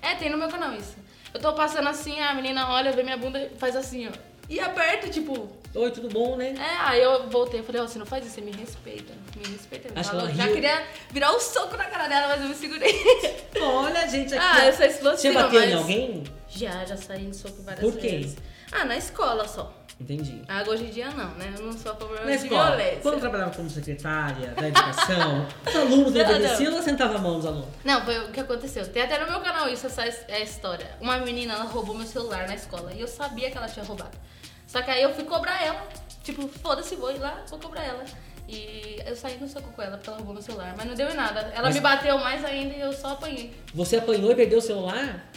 [SPEAKER 2] É, tem no meu canal isso. Eu tô passando assim, a menina olha, vê minha bunda e faz assim, ó. E aperta, tipo.
[SPEAKER 1] Oi, tudo bom, né?
[SPEAKER 2] É, aí eu voltei e falei, ó, você não faz isso, você me respeita. Me respeita.
[SPEAKER 1] Acho que ela
[SPEAKER 2] já
[SPEAKER 1] riu.
[SPEAKER 2] queria virar o soco na cara dela, mas eu me segurei.
[SPEAKER 1] Olha, gente, aqui.
[SPEAKER 2] Ah,
[SPEAKER 1] ó.
[SPEAKER 2] eu sou
[SPEAKER 1] Você
[SPEAKER 2] explosiva,
[SPEAKER 1] bateu em
[SPEAKER 2] mas-
[SPEAKER 1] alguém?
[SPEAKER 2] já, já saí no soco várias
[SPEAKER 1] Por quê?
[SPEAKER 2] vezes. Ah, na escola só.
[SPEAKER 1] Entendi.
[SPEAKER 2] Agora hoje em dia não, né? Eu não sou a favor
[SPEAKER 1] Na
[SPEAKER 2] de
[SPEAKER 1] escola,
[SPEAKER 2] violência.
[SPEAKER 1] quando eu trabalhava como secretária da educação, os alunos não
[SPEAKER 2] Não, não.
[SPEAKER 1] obedeciam, ela sentava a mão dos alunos.
[SPEAKER 2] Não, foi o que aconteceu. Tem até no meu canal isso, essa his- é a história. Uma menina, ela roubou meu celular na escola e eu sabia que ela tinha roubado. Só que aí eu fui cobrar ela. Tipo, foda-se, vou ir lá, vou cobrar ela. E eu saí no soco com ela porque ela roubou meu celular, mas não deu em nada. Ela
[SPEAKER 1] Mas-
[SPEAKER 2] me bateu mais ainda e eu só apanhei.
[SPEAKER 1] Você apanhou e perdeu o celular?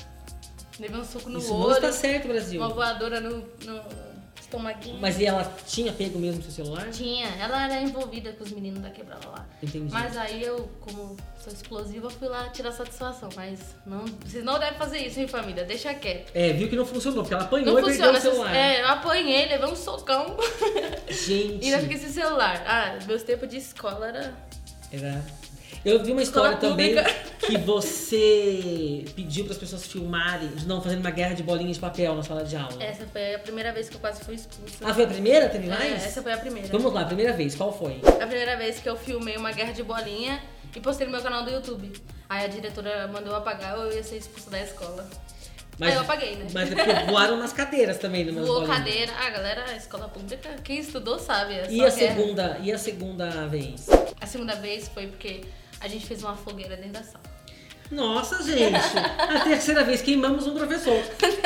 [SPEAKER 2] Levei um soco no
[SPEAKER 1] Isso não
[SPEAKER 2] olho,
[SPEAKER 1] está certo, Brasil.
[SPEAKER 2] uma voadora no, no estomaguinho.
[SPEAKER 1] Mas e ela tinha pego mesmo seu celular?
[SPEAKER 2] Tinha, ela era envolvida com os meninos da quebrada lá.
[SPEAKER 1] Entendi.
[SPEAKER 2] Mas aí eu, como sou explosiva, fui lá tirar satisfação. Mas não, vocês não devem fazer isso, minha família. Deixa quieto.
[SPEAKER 1] É, viu que não funcionou, porque ela apanhou
[SPEAKER 2] Não
[SPEAKER 1] e perdeu
[SPEAKER 2] funciona.
[SPEAKER 1] o celular.
[SPEAKER 2] essas- É, eu apanhei, levei um socão
[SPEAKER 1] Gente,
[SPEAKER 2] e ainda fiquei sem celular. Ah, meus tempos de escola era.
[SPEAKER 1] era... é Eu vi uma história
[SPEAKER 2] Escola
[SPEAKER 1] também
[SPEAKER 2] pública.
[SPEAKER 1] que você pediu para as pessoas filmarem, não, fazendo uma guerra de bolinhas de papel na sala de aula.
[SPEAKER 2] Essa foi a primeira vez que eu quase fui expulsa.
[SPEAKER 1] Ah, foi a primeira? Teve
[SPEAKER 2] É,
[SPEAKER 1] mais?
[SPEAKER 2] essa foi a primeira. Ah,
[SPEAKER 1] Vamos lá, primeira vez, qual foi?
[SPEAKER 2] A primeira vez que eu filmei uma guerra de bolinha e postei no meu canal do YouTube. Aí a diretora mandou eu apagar ou eu ia ser expulsa da escola. Aí eu apaguei, né?
[SPEAKER 1] Mas é porque voaram nas cadeiras também, numa
[SPEAKER 2] Voou cadeira. Ah, galera, a escola pública, quem estudou sabe. é
[SPEAKER 1] E
[SPEAKER 2] só
[SPEAKER 1] a,
[SPEAKER 2] guerra.
[SPEAKER 1] segunda, e a segunda vez?
[SPEAKER 2] A segunda vez foi porque a gente fez uma fogueira dentro da sala.
[SPEAKER 1] Nossa, gente! a terceira vez queimamos um professor.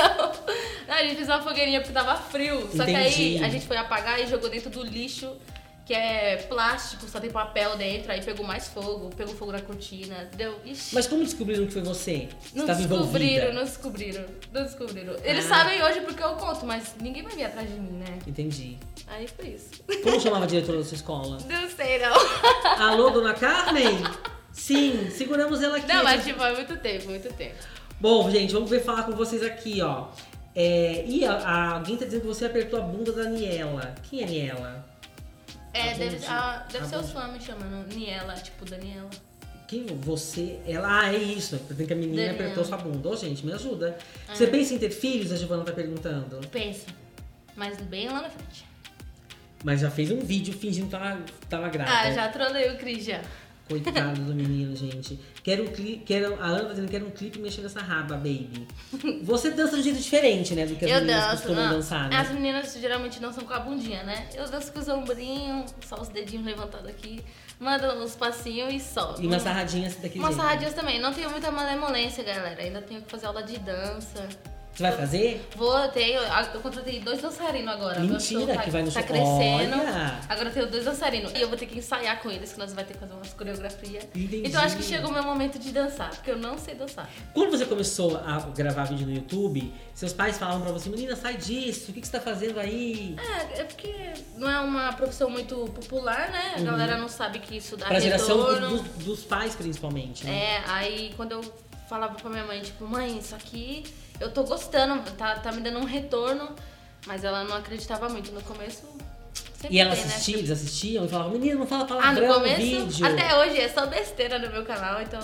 [SPEAKER 2] Não, a gente fez uma fogueirinha porque tava frio. Só que
[SPEAKER 1] Entendi.
[SPEAKER 2] aí a gente foi apagar e jogou dentro do lixo, que é plástico, só tem papel dentro. Aí pegou mais fogo, pegou fogo na cortina, deu. Ixi.
[SPEAKER 1] Mas como descobriram que foi você? Você
[SPEAKER 2] Não
[SPEAKER 1] estava
[SPEAKER 2] descobriram,
[SPEAKER 1] envolvida.
[SPEAKER 2] não descobriram, não descobriram. Eles
[SPEAKER 1] Ah.
[SPEAKER 2] sabem hoje porque eu conto, mas ninguém vai vir atrás de mim, né?
[SPEAKER 1] Entendi.
[SPEAKER 2] Aí foi isso.
[SPEAKER 1] Como chamava a diretora da sua escola?
[SPEAKER 2] Não sei, não.
[SPEAKER 1] Alô, dona Carmen? Sim, seguramos ela aqui.
[SPEAKER 2] Não, mas tipo, é muito tempo, muito tempo.
[SPEAKER 1] Bom, gente, vamos ver falar com vocês aqui, ó. É, e a- a- alguém tá dizendo que você apertou a bunda da Niela. Quem é Niela?
[SPEAKER 2] É,
[SPEAKER 1] Tá
[SPEAKER 2] deve,
[SPEAKER 1] bom, tá
[SPEAKER 2] ah, deve ser
[SPEAKER 1] bom.
[SPEAKER 2] os fãs me chamando Niela, tipo Daniela.
[SPEAKER 1] Quem você? Ela. Ah, é isso. Tem que a menina
[SPEAKER 2] Daniela.
[SPEAKER 1] apertou sua bunda. Ô, gente, me ajuda.
[SPEAKER 2] Ah.
[SPEAKER 1] Você pensa em ter filhos? A Giovana tá perguntando.
[SPEAKER 2] Pensa, mas bem lá na frente.
[SPEAKER 1] Mas já fez um vídeo fingindo que tava, tava grávida.
[SPEAKER 2] Ah, já trolei o Cris já.
[SPEAKER 1] Coitado do menino, gente. Quero um clipe. Quero, a Ana tá dizendo que quer um clipe mexendo essa raba, baby. Você dança de um jeito diferente, né? Do que as
[SPEAKER 2] eu
[SPEAKER 1] meninas
[SPEAKER 2] danço,
[SPEAKER 1] costumam
[SPEAKER 2] não.
[SPEAKER 1] dançar, né?
[SPEAKER 2] As meninas geralmente dançam com a bundinha, né? Eu danço com os ombrinhos, só os dedinhos levantados aqui, mando uns passinhos e solto.
[SPEAKER 1] E uma sarradinha assim daquele
[SPEAKER 2] Umas
[SPEAKER 1] jeito.
[SPEAKER 2] sarradinhas também. Não tenho muita malemolência, galera. Ainda tenho que fazer aula de dança.
[SPEAKER 1] Você vai fazer?
[SPEAKER 2] Vou, eu tenho. Eu contratei dois dançarinos agora. Meu
[SPEAKER 1] Mentira,
[SPEAKER 2] show tá,
[SPEAKER 1] que vai no
[SPEAKER 2] tá
[SPEAKER 1] show.
[SPEAKER 2] crescendo.
[SPEAKER 1] Olha!
[SPEAKER 2] Agora eu tenho dois dançarinos. E eu vou ter que ensaiar com eles, que nós vamos ter que fazer umas coreografias.
[SPEAKER 1] Entendi.
[SPEAKER 2] Então acho que chegou o meu momento de dançar, porque eu não sei dançar.
[SPEAKER 1] Quando você começou a gravar vídeo no YouTube, seus pais falavam pra você, menina, sai disso, o que, que você tá fazendo aí?
[SPEAKER 2] É, é porque não é uma profissão muito popular, né? A galera não sabe que isso dá
[SPEAKER 1] pra geração
[SPEAKER 2] Ah, retorno.
[SPEAKER 1] dos, dos- dos pais, principalmente. Né?
[SPEAKER 2] É, aí quando eu falava pra minha mãe, tipo, mãe, isso aqui eu tô gostando, tá, tá me dando um retorno. Mas ela não acreditava muito no começo. Sempre
[SPEAKER 1] E ela
[SPEAKER 2] tem, né?
[SPEAKER 1] assistia, eles assistiam e falavam, menina, não fala
[SPEAKER 2] Ah, no
[SPEAKER 1] palavrão no
[SPEAKER 2] começo,
[SPEAKER 1] vídeo.
[SPEAKER 2] até hoje, é só besteira no meu canal, então.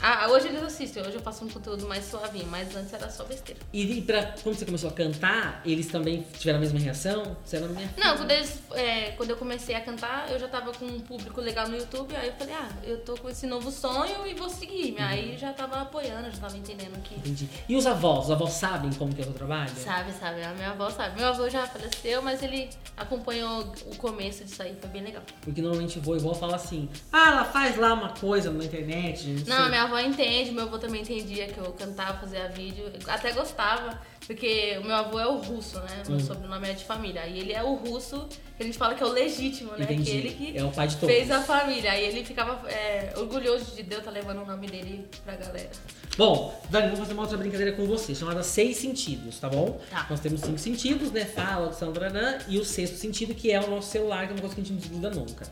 [SPEAKER 2] Ah, hoje eles assistem, hoje eu faço um conteúdo mais suavinho, mas antes era só besteira.
[SPEAKER 1] E, e pra, quando você começou a cantar, eles também tiveram a mesma reação? Você era a minha
[SPEAKER 2] Não, quando, eles, é, quando eu comecei a cantar, eu já tava com um público legal no YouTube, aí eu falei, ah, eu tô com esse novo sonho e vou seguir. Aí já tava apoiando, já tava entendendo que.
[SPEAKER 1] Entendi. E os avós? Os avós sabem como que é o seu trabalho?
[SPEAKER 2] Sabe, sabe, a minha avó sabe. Meu avô já faleceu, mas ele acompanhou o começo disso aí, foi bem legal.
[SPEAKER 1] Porque normalmente vou e vou falar assim, ah, ela faz lá uma coisa na internet, gente.
[SPEAKER 2] Não, minha avó entende, meu avô também entendia que eu cantava, fazia vídeo, até gostava, porque o meu avô é o russo, né?
[SPEAKER 1] Hum.
[SPEAKER 2] Meu sobrenome é de família. E ele é o russo, que a gente fala que é o legítimo, né?
[SPEAKER 1] Entendi.
[SPEAKER 2] Que ele que
[SPEAKER 1] É o pai de todos.
[SPEAKER 2] fez a família. E ele ficava é, orgulhoso de Deus estar levando o nome dele pra galera.
[SPEAKER 1] Bom, Dani, vou fazer uma outra brincadeira com você, chamada Seis Sentidos, tá bom?
[SPEAKER 2] Tá.
[SPEAKER 1] Nós temos cinco sentidos, né? Fala, audição, taranã, e o sexto sentido, que é o nosso celular, que é uma coisa que a gente não desgruda nunca.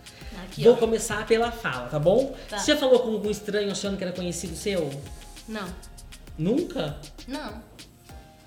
[SPEAKER 2] Aqui,
[SPEAKER 1] vou
[SPEAKER 2] ó.
[SPEAKER 1] começar pela fala, tá bom?
[SPEAKER 2] Tá.
[SPEAKER 1] Você já falou com algum estranho achando que era conhecido seu?
[SPEAKER 2] Não.
[SPEAKER 1] Nunca?
[SPEAKER 2] Não.
[SPEAKER 1] Ah,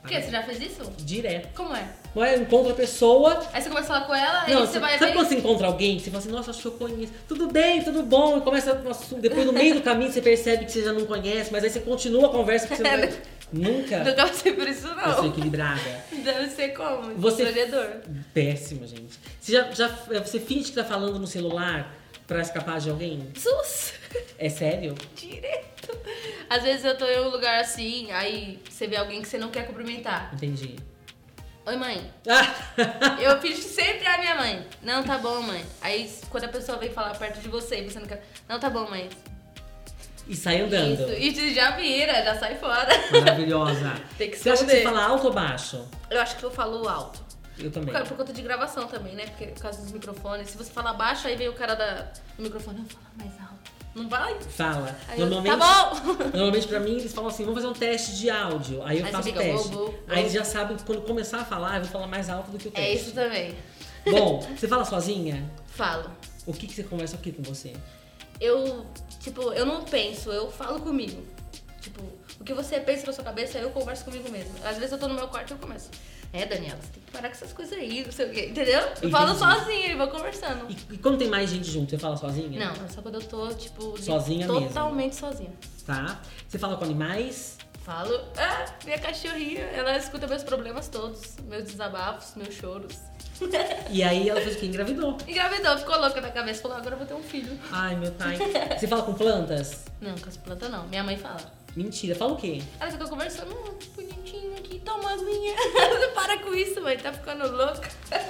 [SPEAKER 2] Por
[SPEAKER 1] é.
[SPEAKER 2] quê? Você já fez isso?
[SPEAKER 1] Direto.
[SPEAKER 2] Como é?
[SPEAKER 1] Não é? Encontra a pessoa.
[SPEAKER 2] Aí você começa a falar com ela, aí
[SPEAKER 1] Não,
[SPEAKER 2] você vai
[SPEAKER 1] sabe
[SPEAKER 2] ver.
[SPEAKER 1] quando você encontra alguém? que Você fala assim, nossa, acho que eu conheço. Tudo bem, tudo bom. E começa um assunto. Depois, no meio do caminho, você percebe que você já não conhece, mas aí você continua a conversa porque você
[SPEAKER 2] É,
[SPEAKER 1] não
[SPEAKER 2] né?
[SPEAKER 1] vai... Nunca.
[SPEAKER 2] Nunca passei por isso,
[SPEAKER 1] Eu sou
[SPEAKER 2] não.
[SPEAKER 1] equilibrada.
[SPEAKER 2] Deve ser como?
[SPEAKER 1] Você-
[SPEAKER 2] Escolhedor.
[SPEAKER 1] Péssima, gente. Você já, já- você finge que tá falando no celular pra escapar de alguém?
[SPEAKER 2] Sus!
[SPEAKER 1] É sério?
[SPEAKER 2] direto. Às vezes eu tô em um lugar assim, aí você vê alguém que você não quer cumprimentar.
[SPEAKER 1] Entendi.
[SPEAKER 2] Oi, mãe.
[SPEAKER 1] Ah,
[SPEAKER 2] Eu fiz sempre a minha mãe. Não, tá bom, mãe. Aí quando a pessoa vem falar perto de você e você não quer. Não, tá bom, mãe.
[SPEAKER 1] e sai andando.
[SPEAKER 2] Isso. E tu já vira, já sai fora.
[SPEAKER 1] Maravilhosa.
[SPEAKER 2] Tem que
[SPEAKER 1] você acha que você
[SPEAKER 2] esconder.
[SPEAKER 1] fala alto ou baixo?
[SPEAKER 2] Eu acho que eu falo alto.
[SPEAKER 1] Eu também.
[SPEAKER 2] Cara, por conta de gravação também, né? Porque por causa dos microfones. Se você falar baixo, aí vem o cara da... do microfone. Não, fala mais alto. Não vai?
[SPEAKER 1] Fala.
[SPEAKER 2] Aí eu,
[SPEAKER 1] Normalmente,
[SPEAKER 2] tá bom!
[SPEAKER 1] normalmente pra mim eles falam assim, vamos fazer um teste de áudio. Aí eu
[SPEAKER 2] Aí você
[SPEAKER 1] faço o
[SPEAKER 2] fica,
[SPEAKER 1] teste.
[SPEAKER 2] "Uou, uou,
[SPEAKER 1] Aí
[SPEAKER 2] uou."
[SPEAKER 1] eles já sabem que quando começar a falar, eu vou falar mais alto do que o teste.
[SPEAKER 2] É isso também.
[SPEAKER 1] Bom, você fala sozinha?
[SPEAKER 2] Falo.
[SPEAKER 1] O que, que você conversa aqui com você?
[SPEAKER 2] eu, tipo, eu não penso, eu falo comigo. Tipo, o que você pensa na sua cabeça, eu converso comigo mesmo. Às vezes eu tô no meu quarto e eu começo. É, Daniela, você tem que parar com essas coisas aí, não sei o quê. Entendeu? Eu falo
[SPEAKER 1] Entendi.
[SPEAKER 2] sozinha e vou conversando.
[SPEAKER 1] E, e quando tem mais gente junto, você fala sozinha?
[SPEAKER 2] Não, é só quando eu tô, tipo, de-
[SPEAKER 1] Sozinha mesmo.
[SPEAKER 2] totalmente sozinha.
[SPEAKER 1] Tá? Você fala com animais?
[SPEAKER 2] Falo, ah, minha cachorrinha, ela escuta meus problemas todos, meus desabafos, meus choros.
[SPEAKER 1] E aí ela fez o que? Engravidou.
[SPEAKER 2] Engravidou, ficou louca na cabeça, falou, agora eu vou ter um filho.
[SPEAKER 1] Ai, meu pai. Você fala com plantas?
[SPEAKER 2] Não, com as plantas não. Minha mãe fala.
[SPEAKER 1] Mentira. Fala o quê?
[SPEAKER 2] Ela fica conversando, hum, que bonitinho aqui, toma as minhas. Não para com isso, mãe, tá ficando louca.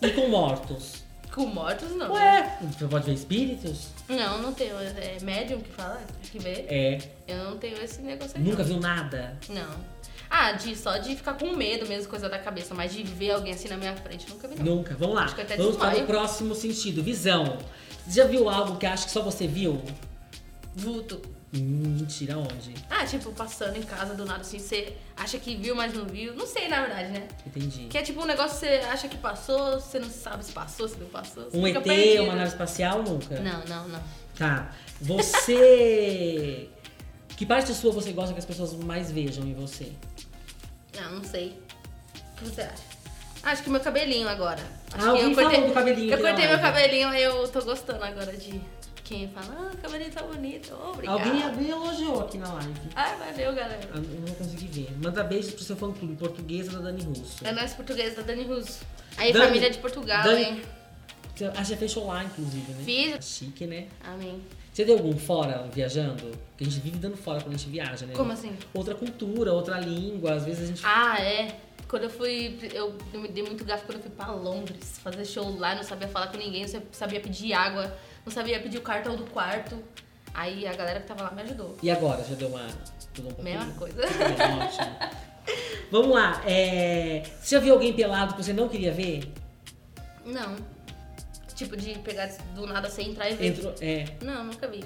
[SPEAKER 1] E com mortos?
[SPEAKER 2] Com mortos, não.
[SPEAKER 1] Ué, você pode ver espíritos?
[SPEAKER 2] Não, não tenho. É médium que fala, que vê.
[SPEAKER 1] É.
[SPEAKER 2] Eu não tenho esse negócio aí.
[SPEAKER 1] Nunca viu nada?
[SPEAKER 2] Não. Não. Ah, de, só de ficar com medo mesmo, coisa da cabeça, mas de ver alguém assim na minha frente, nunca vi não.
[SPEAKER 1] Nunca. Vamos lá.
[SPEAKER 2] Acho que até
[SPEAKER 1] Vamos para o
[SPEAKER 2] desmaio.
[SPEAKER 1] próximo sentido. Visão. Você já viu algo que acha que só você viu?
[SPEAKER 2] Vulto.
[SPEAKER 1] Hum, Mentira, onde?
[SPEAKER 2] Ah, tipo, passando em casa do nada assim, você acha que viu, mas não viu. Não sei, na verdade, né?
[SPEAKER 1] Entendi.
[SPEAKER 2] Que é tipo um negócio que você acha que passou, você não sabe se passou, se não passou. Você
[SPEAKER 1] Um
[SPEAKER 2] fica
[SPEAKER 1] ET,
[SPEAKER 2] perdido.
[SPEAKER 1] uma nave espacial? Nunca.
[SPEAKER 2] Não, não, não.
[SPEAKER 1] Tá. Você. que parte sua você gosta que as pessoas mais vejam em você?
[SPEAKER 2] Ah, Não, não sei. O que você acha? Acho que meu cabelinho agora. Acho
[SPEAKER 1] Ah,
[SPEAKER 2] que
[SPEAKER 1] alguém falou do cabelinho
[SPEAKER 2] Eu
[SPEAKER 1] aqui na
[SPEAKER 2] cortei meu
[SPEAKER 1] live.
[SPEAKER 2] cabelinho, aí eu tô gostando agora de quem fala, ah, o cabelinho tá bonito, Ô, obrigada.
[SPEAKER 1] Alguém, é- alguém elogiou aqui na live.
[SPEAKER 2] Ai, valeu, galera.
[SPEAKER 1] Ah, Eu não consegui ver. Manda beijos pro seu fã clube portuguesa da Dani Russo.
[SPEAKER 2] É nós portugueses da Dani Russo. Aí,
[SPEAKER 1] Dani,
[SPEAKER 2] família de Portugal,
[SPEAKER 1] Dani-
[SPEAKER 2] hein?
[SPEAKER 1] Você- Ah, já fechou lá, inclusive, né?
[SPEAKER 2] Fiz.
[SPEAKER 1] Chique, né?
[SPEAKER 2] Amém.
[SPEAKER 1] Você deu algum fora viajando? Porque a gente vive dando fora quando a gente viaja, né?
[SPEAKER 2] Como assim?
[SPEAKER 1] Outra cultura, outra língua, às vezes a gente.
[SPEAKER 2] Ah, é. Quando eu fui, eu eu me dei muito gafo quando eu fui pra Londres fazer show lá, não sabia falar com ninguém, não sabia pedir água, não sabia pedir o cartão do quarto. Aí a galera que tava lá me ajudou.
[SPEAKER 1] E agora? Já deu uma. Mudou um pouquinho?
[SPEAKER 2] Mesma coisa.
[SPEAKER 1] Bem, ótimo. Vamos lá. é, Você já viu alguém pelado que você não queria ver?
[SPEAKER 2] Não. Tipo, de pegar do nada sem entrar e ver.
[SPEAKER 1] Entrou. É.
[SPEAKER 2] Não, nunca vi.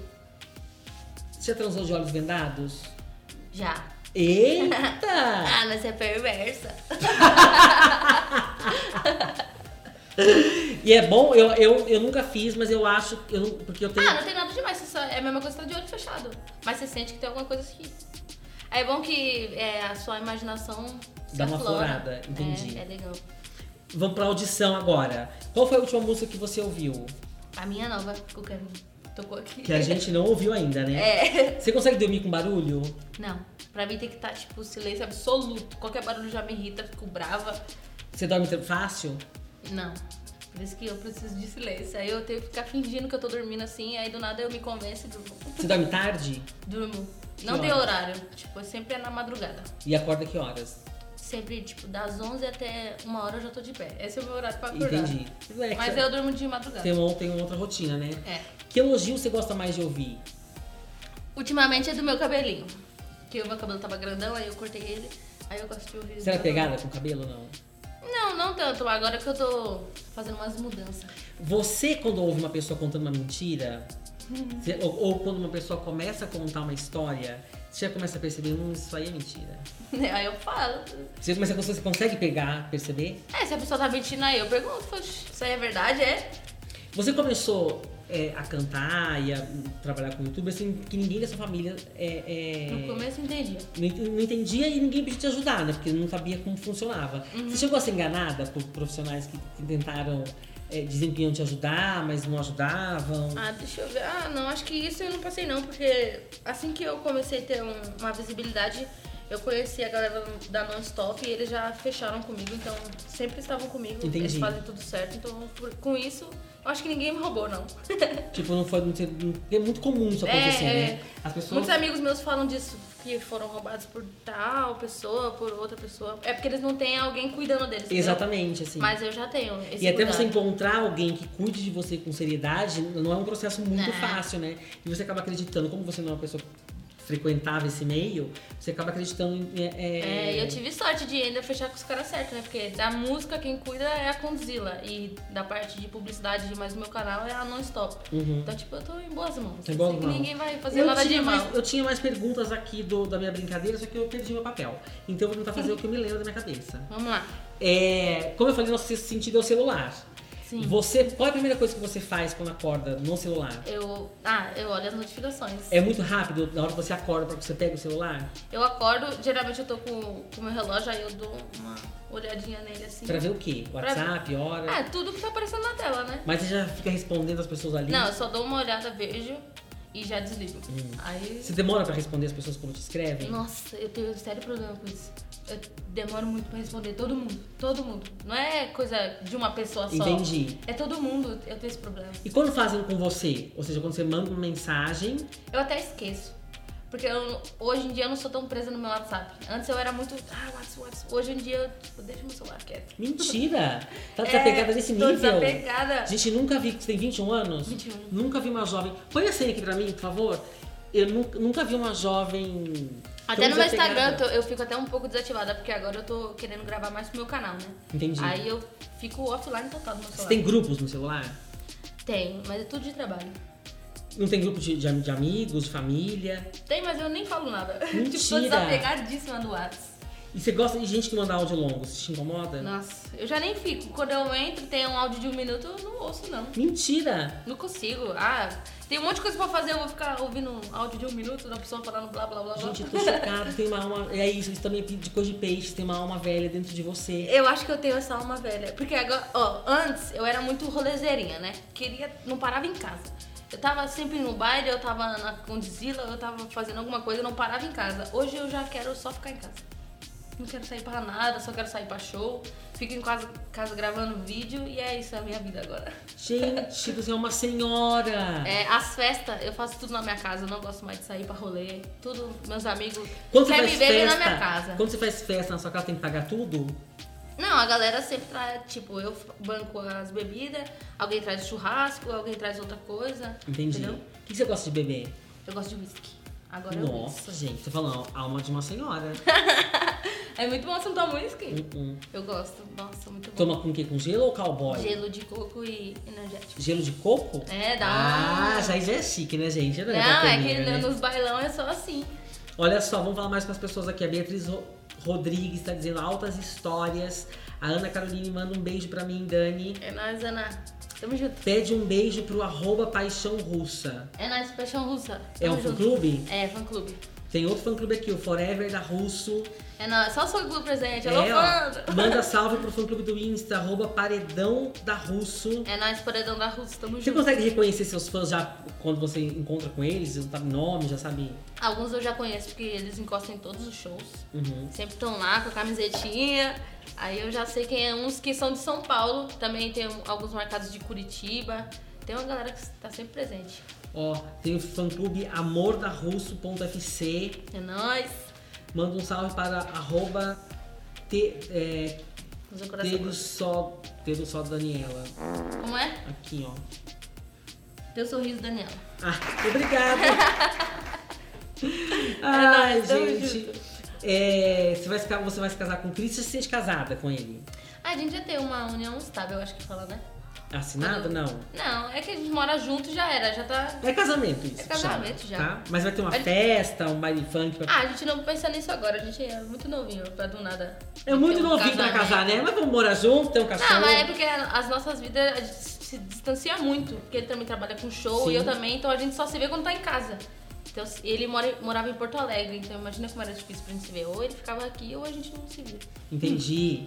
[SPEAKER 1] Você já transou de olhos vendados?
[SPEAKER 2] Já.
[SPEAKER 1] Eita!
[SPEAKER 2] Ah, mas é perversa.
[SPEAKER 1] e é bom, eu, eu, eu nunca fiz, mas eu acho. Eu, não- porque eu tenho.
[SPEAKER 2] Ah, não tem nada demais. Você só- é a mesma coisa que tá de olho fechado. Mas você sente que tem alguma coisa que. É bom que é, a sua imaginação se
[SPEAKER 1] Dá uma
[SPEAKER 2] aflora.
[SPEAKER 1] aflorada, entendi.
[SPEAKER 2] É, é legal.
[SPEAKER 1] Vamos pra audição agora. Qual foi a última música que você ouviu?
[SPEAKER 2] A minha nova, o Kevin tocou aqui.
[SPEAKER 1] Que a gente não ouviu ainda, né?
[SPEAKER 2] É.
[SPEAKER 1] Você consegue dormir com barulho?
[SPEAKER 2] Não, pra mim tem que estar, tipo, silêncio absoluto. Qualquer barulho já me irrita, fico brava.
[SPEAKER 1] Você dorme tão fácil?
[SPEAKER 2] Não. Por isso que eu preciso de silêncio. Aí eu tenho que ficar fingindo que eu tô dormindo assim, aí do nada eu me convenço e durmo.
[SPEAKER 1] Você dorme tarde?
[SPEAKER 2] Durmo. Não
[SPEAKER 1] Que
[SPEAKER 2] tem
[SPEAKER 1] horas?
[SPEAKER 2] horário. Tipo, sempre é na madrugada.
[SPEAKER 1] E acorda que horas?
[SPEAKER 2] Sempre, tipo, das 11 até uma hora eu já tô de pé. Esse é o meu horário pra acordar.
[SPEAKER 1] Entendi. É que
[SPEAKER 2] Mas
[SPEAKER 1] você-
[SPEAKER 2] eu durmo de madrugada.
[SPEAKER 1] tem uma, tem uma outra rotina, né?
[SPEAKER 2] É.
[SPEAKER 1] Que elogio você gosta mais de ouvir?
[SPEAKER 2] Ultimamente é do meu cabelinho. Que o meu cabelo tava grandão, aí eu cortei ele. Aí eu gosto de ouvir.
[SPEAKER 1] Você né? era
[SPEAKER 2] meu cabelo.
[SPEAKER 1] pegada com o cabelo ou não?
[SPEAKER 2] Não, não tanto. Agora que eu tô fazendo umas mudanças.
[SPEAKER 1] Você, quando ouve uma pessoa contando uma mentira, você- ou, ou quando uma pessoa começa a contar uma história, você já começa a perceber, hum, isso aí é mentira.
[SPEAKER 2] Aí eu falo.
[SPEAKER 1] Você começa a você consegue pegar, perceber?
[SPEAKER 2] É, se a pessoa tá mentindo aí, eu pergunto, "Poxa, isso aí é verdade, é?
[SPEAKER 1] Você começou é, a cantar e a hum, trabalhar com YouTube, assim, que ninguém da sua família é, é,
[SPEAKER 2] No começo eu entendi.
[SPEAKER 1] não ent- não entendia e ninguém podia te ajudar, né? Porque não sabia como funcionava.
[SPEAKER 2] Uhum.
[SPEAKER 1] Você chegou a ser enganada por profissionais que que tentaram, é, dizendo que iam te ajudar, mas não ajudavam?
[SPEAKER 2] Ah, deixa eu ver. Ah, não, acho que isso eu não passei não, porque assim que eu comecei a ter um- uma visibilidade, eu conheci a galera da Nonstop e eles já fecharam comigo, então sempre estavam comigo, eles
[SPEAKER 1] Entendi.
[SPEAKER 2] fazem tudo certo, então por- com isso, eu acho que ninguém me roubou não.
[SPEAKER 1] Tipo, não foi. Não sei- não- é muito comum isso acontecer,
[SPEAKER 2] É, é.
[SPEAKER 1] né? As pessoas.
[SPEAKER 2] Muitos amigos meus falam disso, que foram roubados por tal pessoa, por outra pessoa. É porque eles não têm alguém cuidando deles. entendeu?
[SPEAKER 1] Exatamente, assim.
[SPEAKER 2] Mas eu já tenho esse
[SPEAKER 1] e até
[SPEAKER 2] cuidado.
[SPEAKER 1] você encontrar alguém que cuide de você com seriedade não é um processo muito
[SPEAKER 2] Não.
[SPEAKER 1] fácil, né? E você acaba acreditando, como você não é uma pessoa que frequentava esse meio, você acaba acreditando em. eh,
[SPEAKER 2] É, e eu tive sorte de ainda fechar com os caras certos, né? Porque da música quem cuida é a Condzilla. E da parte de publicidade de mais do meu canal é a Non-Stop.
[SPEAKER 1] Uhum.
[SPEAKER 2] Então, tipo, eu tô em boas mãos.
[SPEAKER 1] Tá igual
[SPEAKER 2] Sei que
[SPEAKER 1] não.
[SPEAKER 2] ninguém vai fazer
[SPEAKER 1] eu
[SPEAKER 2] nada
[SPEAKER 1] tinha
[SPEAKER 2] de mal.
[SPEAKER 1] mais, Eu tinha mais perguntas aqui do, da minha brincadeira, só que eu perdi meu papel. Então eu vou tentar fazer o que eu me lembro da minha cabeça.
[SPEAKER 2] Vamos lá.
[SPEAKER 1] É, como eu falei, nosso sexto sentido é o celular.
[SPEAKER 2] Sim.
[SPEAKER 1] Você, qual é a primeira coisa que você faz quando acorda no celular?
[SPEAKER 2] Eu. Ah, eu olho as notificações.
[SPEAKER 1] É muito rápido, na hora que você acorda, pra que você pega o celular?
[SPEAKER 2] Eu acordo, geralmente eu tô com com o meu relógio, aí eu dou uma olhadinha nele assim.
[SPEAKER 1] Pra ver o quê? WhatsApp, hora?
[SPEAKER 2] Ah, tudo que tá aparecendo na tela, né?
[SPEAKER 1] Mas você já fica respondendo as pessoas ali?
[SPEAKER 2] Não, eu só dou uma olhada, vejo e já desligo. Aí.
[SPEAKER 1] Você demora pra responder as pessoas quando te escrevem?
[SPEAKER 2] Nossa, eu tenho um sério problema com isso. Eu demoro muito pra responder todo mundo, todo mundo. Não é coisa de uma pessoa só.
[SPEAKER 1] Entendi.
[SPEAKER 2] É todo mundo, eu tenho esse problema.
[SPEAKER 1] E quando fazem com você? Ou seja, quando você manda uma mensagem,
[SPEAKER 2] Eu até esqueço. Porque eu- hoje em dia eu não sou tão presa no meu WhatsApp. Antes eu era muito. Ah, WhatsApp, WhatsApp. Hoje em dia eu, tipo, deixo meu celular quieto.
[SPEAKER 1] mentira! Tá
[SPEAKER 2] É,
[SPEAKER 1] desapegada nesse
[SPEAKER 2] tô
[SPEAKER 1] nível?
[SPEAKER 2] desapegada.
[SPEAKER 1] Gente, nunca vi. Você tem 21 anos?
[SPEAKER 2] 21.
[SPEAKER 1] Nunca vi uma jovem. Põe a senha aqui pra mim, por favor. Eu nunca, nunca vi uma jovem. tão
[SPEAKER 2] Até no meu
[SPEAKER 1] desapegada.
[SPEAKER 2] Instagram eu tô- eu fico até um pouco desativada, porque agora eu tô querendo gravar mais pro meu canal, né?
[SPEAKER 1] Entendi.
[SPEAKER 2] Aí eu fico offline total no meu
[SPEAKER 1] Você
[SPEAKER 2] celular.
[SPEAKER 1] tem grupos no celular?
[SPEAKER 2] Tenho, mas é tudo de trabalho.
[SPEAKER 1] Não tem grupo de, de am- de amigos, de família?
[SPEAKER 2] Tem, mas eu nem falo nada. tipo, tô
[SPEAKER 1] Mentira.
[SPEAKER 2] desapegadíssima do WhatsApp.
[SPEAKER 1] E você gosta de gente que manda áudio longo? Isso te incomoda?
[SPEAKER 2] Nossa, eu já nem fico. Quando eu entro, tem um áudio de um minuto, eu não ouço, não.
[SPEAKER 1] Mentira!
[SPEAKER 2] Não consigo. Ah, tem um monte de coisa pra fazer, eu vou ficar ouvindo um áudio de um minuto da pessoa falando blá blá blá blá.
[SPEAKER 1] Gente, eu tô chocado, tem uma alma. É isso, isso também é de coisa de peixe, tem uma alma velha dentro de você.
[SPEAKER 2] Eu acho que eu tenho essa alma velha. Porque agora, ó, antes eu era muito rolezeirinha, né? Queria, não parava em casa. Eu tava sempre no baile, eu tava na condizila, eu tava fazendo alguma coisa, eu não parava em casa. Hoje eu já quero só ficar em casa. Não quero sair pra nada, só quero sair pra show. Fico em casa, casa gravando vídeo e é isso, é a minha vida agora.
[SPEAKER 1] Gente, você é uma senhora!
[SPEAKER 2] É, as festas, eu faço tudo na minha casa, eu não gosto mais de sair pra rolê. Tudo, meus amigos
[SPEAKER 1] Quando você
[SPEAKER 2] quer
[SPEAKER 1] faz
[SPEAKER 2] me ver, vem
[SPEAKER 1] festa,
[SPEAKER 2] na minha casa.
[SPEAKER 1] Quando você faz festa na sua casa, tem que pagar tudo?
[SPEAKER 2] Não, a galera sempre traz, tipo, eu banco as bebidas, alguém traz churrasco, alguém traz outra coisa.
[SPEAKER 1] Entendi.
[SPEAKER 2] Entendeu?
[SPEAKER 1] O que você gosta de beber?
[SPEAKER 2] Eu gosto de whisky. Agora é eu
[SPEAKER 1] Nossa,
[SPEAKER 2] gosto.
[SPEAKER 1] gente, tô falando, alma de uma senhora.
[SPEAKER 2] É muito bom você não tomar whisky.
[SPEAKER 1] Hum, hum.
[SPEAKER 2] Eu gosto. Nossa, muito bom.
[SPEAKER 1] Toma com o quê? Com gelo ou cowboy?
[SPEAKER 2] Gelo de coco e energético.
[SPEAKER 1] Gelo de coco?
[SPEAKER 2] É, dá
[SPEAKER 1] Ah,
[SPEAKER 2] uma-
[SPEAKER 1] já isso é chique, né, gente?
[SPEAKER 2] Não,
[SPEAKER 1] é
[SPEAKER 2] é que
[SPEAKER 1] qualquer mulher, né?
[SPEAKER 2] nos bailão é só assim.
[SPEAKER 1] Olha só, vamos falar mais com as pessoas aqui. A Beatriz Ro- Rodrigues está dizendo altas histórias. A Ana Caroline manda um beijo pra mim, Dani.
[SPEAKER 2] É nóis, Ana. Tamo junto.
[SPEAKER 1] Pede um beijo pro arroba Paixão Russa.
[SPEAKER 2] É nóis, paixão russa.
[SPEAKER 1] É
[SPEAKER 2] Tamo
[SPEAKER 1] um
[SPEAKER 2] junto.
[SPEAKER 1] fã-clube?
[SPEAKER 2] É, fã clube.
[SPEAKER 1] Tem outro fã clube aqui, o Forever da Russo.
[SPEAKER 2] É, não, é só o seu Google presente. Alô,
[SPEAKER 1] É,
[SPEAKER 2] Fandro!
[SPEAKER 1] ó, manda salve pro fã clube do Insta, arroba paredão da Russo.
[SPEAKER 2] É nóis, paredão da Russo, tamo
[SPEAKER 1] Você
[SPEAKER 2] junto.
[SPEAKER 1] consegue reconhecer seus fãs já quando você encontra com eles? Você sabe nome, já sabe.
[SPEAKER 2] Alguns eu já conheço, porque eles encostam em todos os shows.
[SPEAKER 1] Uhum.
[SPEAKER 2] Sempre estão lá com a camisetinha. Aí eu já sei quem é uns que são de São Paulo. Também tem um, alguns marcados de Curitiba. Tem uma galera que tá sempre presente.
[SPEAKER 1] Ó, tem o fã clube amordarusso.fc.
[SPEAKER 2] É nóis.
[SPEAKER 1] Manda um salve para arroba te, é,
[SPEAKER 2] Mas o coração.
[SPEAKER 1] dedo só, dedo só Daniela.
[SPEAKER 2] Como é?
[SPEAKER 1] Aqui, ó.
[SPEAKER 2] Teu sorriso, Daniela.
[SPEAKER 1] Ah, obrigado. Ai,
[SPEAKER 2] É nóis, tamo
[SPEAKER 1] gente. É, você, vai, se ca- você vai se casar com o Cris ou você é casada com ele?
[SPEAKER 2] Ah, a gente já tem uma união estável, eu acho que fala, né?
[SPEAKER 1] Assinado? Não.
[SPEAKER 2] Não, é que a gente mora junto já era, já tá.
[SPEAKER 1] É casamento isso.
[SPEAKER 2] É casamento
[SPEAKER 1] chama,
[SPEAKER 2] já.
[SPEAKER 1] Tá? Mas vai ter uma
[SPEAKER 2] Mas-
[SPEAKER 1] festa, um baile funk. Pra...
[SPEAKER 2] Ah, a gente não pensa nisso agora, a gente é muito novinho pra do nada.
[SPEAKER 1] é muito
[SPEAKER 2] ter um
[SPEAKER 1] novinho pra
[SPEAKER 2] casamento.
[SPEAKER 1] casar, né? Mas vamos morar junto, ter um cachorro.
[SPEAKER 2] Não, mas é porque as nossas vidas a gente se distancia muito, porque ele também trabalha com show
[SPEAKER 1] Sim.
[SPEAKER 2] e eu também, então a gente só se vê quando tá em casa. Então, se- ele mora, morava em Porto Alegre, então imagina como era difícil pra gente se ver. Ou ele ficava aqui ou a gente não se via.
[SPEAKER 1] Entendi.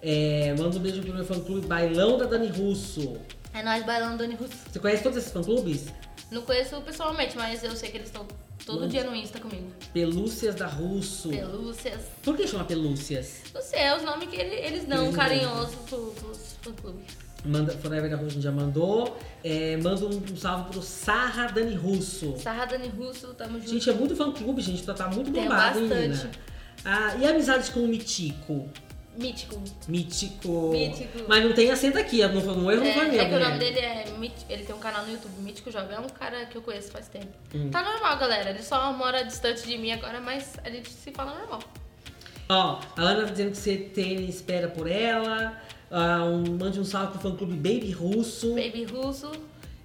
[SPEAKER 1] É, manda um beijo pro meu fã clube Bailão da Dani Russo.
[SPEAKER 2] É nós bailando Dani Russo.
[SPEAKER 1] Você conhece todos esses fã clubes?
[SPEAKER 2] Não conheço pessoalmente, mas eu sei que eles estão todo
[SPEAKER 1] Mano.
[SPEAKER 2] dia no Insta comigo.
[SPEAKER 1] Pelúcias da Russo.
[SPEAKER 2] Pelúcias.
[SPEAKER 1] Por que chama Pelúcias?
[SPEAKER 2] Não sei, é os nomes que ele- eles dão
[SPEAKER 1] Eles dão.
[SPEAKER 2] carinhoso pro, pros fã clube.
[SPEAKER 1] Manda, Forever da Russo já mandou. É, manda um, um salve pro Sarra Dani Russo.
[SPEAKER 2] Sarra Dani Russo, tamo junto.
[SPEAKER 1] Gente, é muito fã clube, gente. Tá, tá muito
[SPEAKER 2] Tem
[SPEAKER 1] bombado, hein,
[SPEAKER 2] bastante.
[SPEAKER 1] menina? Ah, e amizades com o Mitico?
[SPEAKER 2] Mítico.
[SPEAKER 1] Mítico.
[SPEAKER 2] Mítico.
[SPEAKER 1] Mas não tem acento aqui, não foi um erro, não
[SPEAKER 2] É,
[SPEAKER 1] foi meu.
[SPEAKER 2] é que o nome
[SPEAKER 1] né?
[SPEAKER 2] dele é Mítico, ele tem um canal no YouTube, Mítico Jovem, é um cara que eu conheço faz tempo.
[SPEAKER 1] Hum.
[SPEAKER 2] Tá normal, galera, ele só mora distante de mim agora, mas a gente se fala normal.
[SPEAKER 1] Ó, a Ana tá dizendo que você tem espera por ela. Ah, um- mande um salve pro fã clube Baby Russo.
[SPEAKER 2] Baby Russo,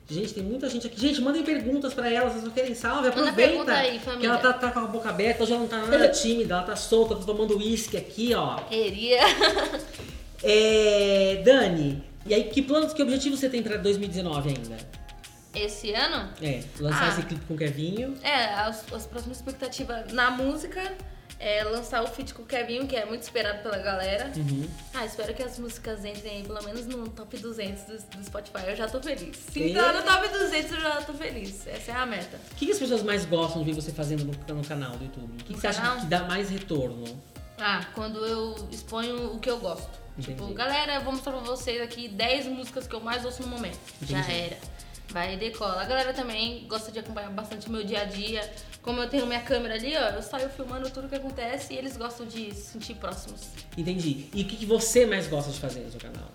[SPEAKER 1] Gente, tem muita gente aqui. Gente, mandem perguntas pra ela, vocês não querem salve,
[SPEAKER 2] Manda
[SPEAKER 1] aproveita.
[SPEAKER 2] pergunta aí,
[SPEAKER 1] que
[SPEAKER 2] família.
[SPEAKER 1] ela tá, tá com a boca aberta, hoje ela não tá nada tímida, ela tá solta, tá tomando uísque aqui, ó.
[SPEAKER 2] queria.
[SPEAKER 1] É. Dani, e aí que planos, que objetivo você tem pra 2019 ainda?
[SPEAKER 2] Esse ano,
[SPEAKER 1] É, lançar
[SPEAKER 2] Ah.
[SPEAKER 1] esse clipe com o Kevinho.
[SPEAKER 2] é, as, as próximas expectativas na música é lançar o feat com o Kevinho, que é muito esperado pela galera.
[SPEAKER 1] Uhum.
[SPEAKER 2] Ah, espero que as músicas entrem aí, pelo menos no top 200 do, do Spotify, eu já tô feliz. Se entrar no top 200, eu já tô feliz. Essa é a meta.
[SPEAKER 1] O que, que as pessoas mais gostam de ver você fazendo no, no canal do YouTube? O que, que
[SPEAKER 2] No
[SPEAKER 1] você acha
[SPEAKER 2] canal?
[SPEAKER 1] que dá mais retorno?
[SPEAKER 2] Ah, quando eu exponho o que eu gosto.
[SPEAKER 1] Entendi.
[SPEAKER 2] Tipo, galera, eu vou mostrar pra vocês aqui 10 músicas que eu mais ouço no momento. Já
[SPEAKER 1] Entendi.
[SPEAKER 2] era. Vai e decola. A galera também gosta de acompanhar bastante o meu dia a dia. Como eu tenho minha câmera ali, ó, eu saio filmando tudo que acontece e eles gostam de se sentir próximos.
[SPEAKER 1] Entendi. E o que, que você mais gosta de fazer no seu canal?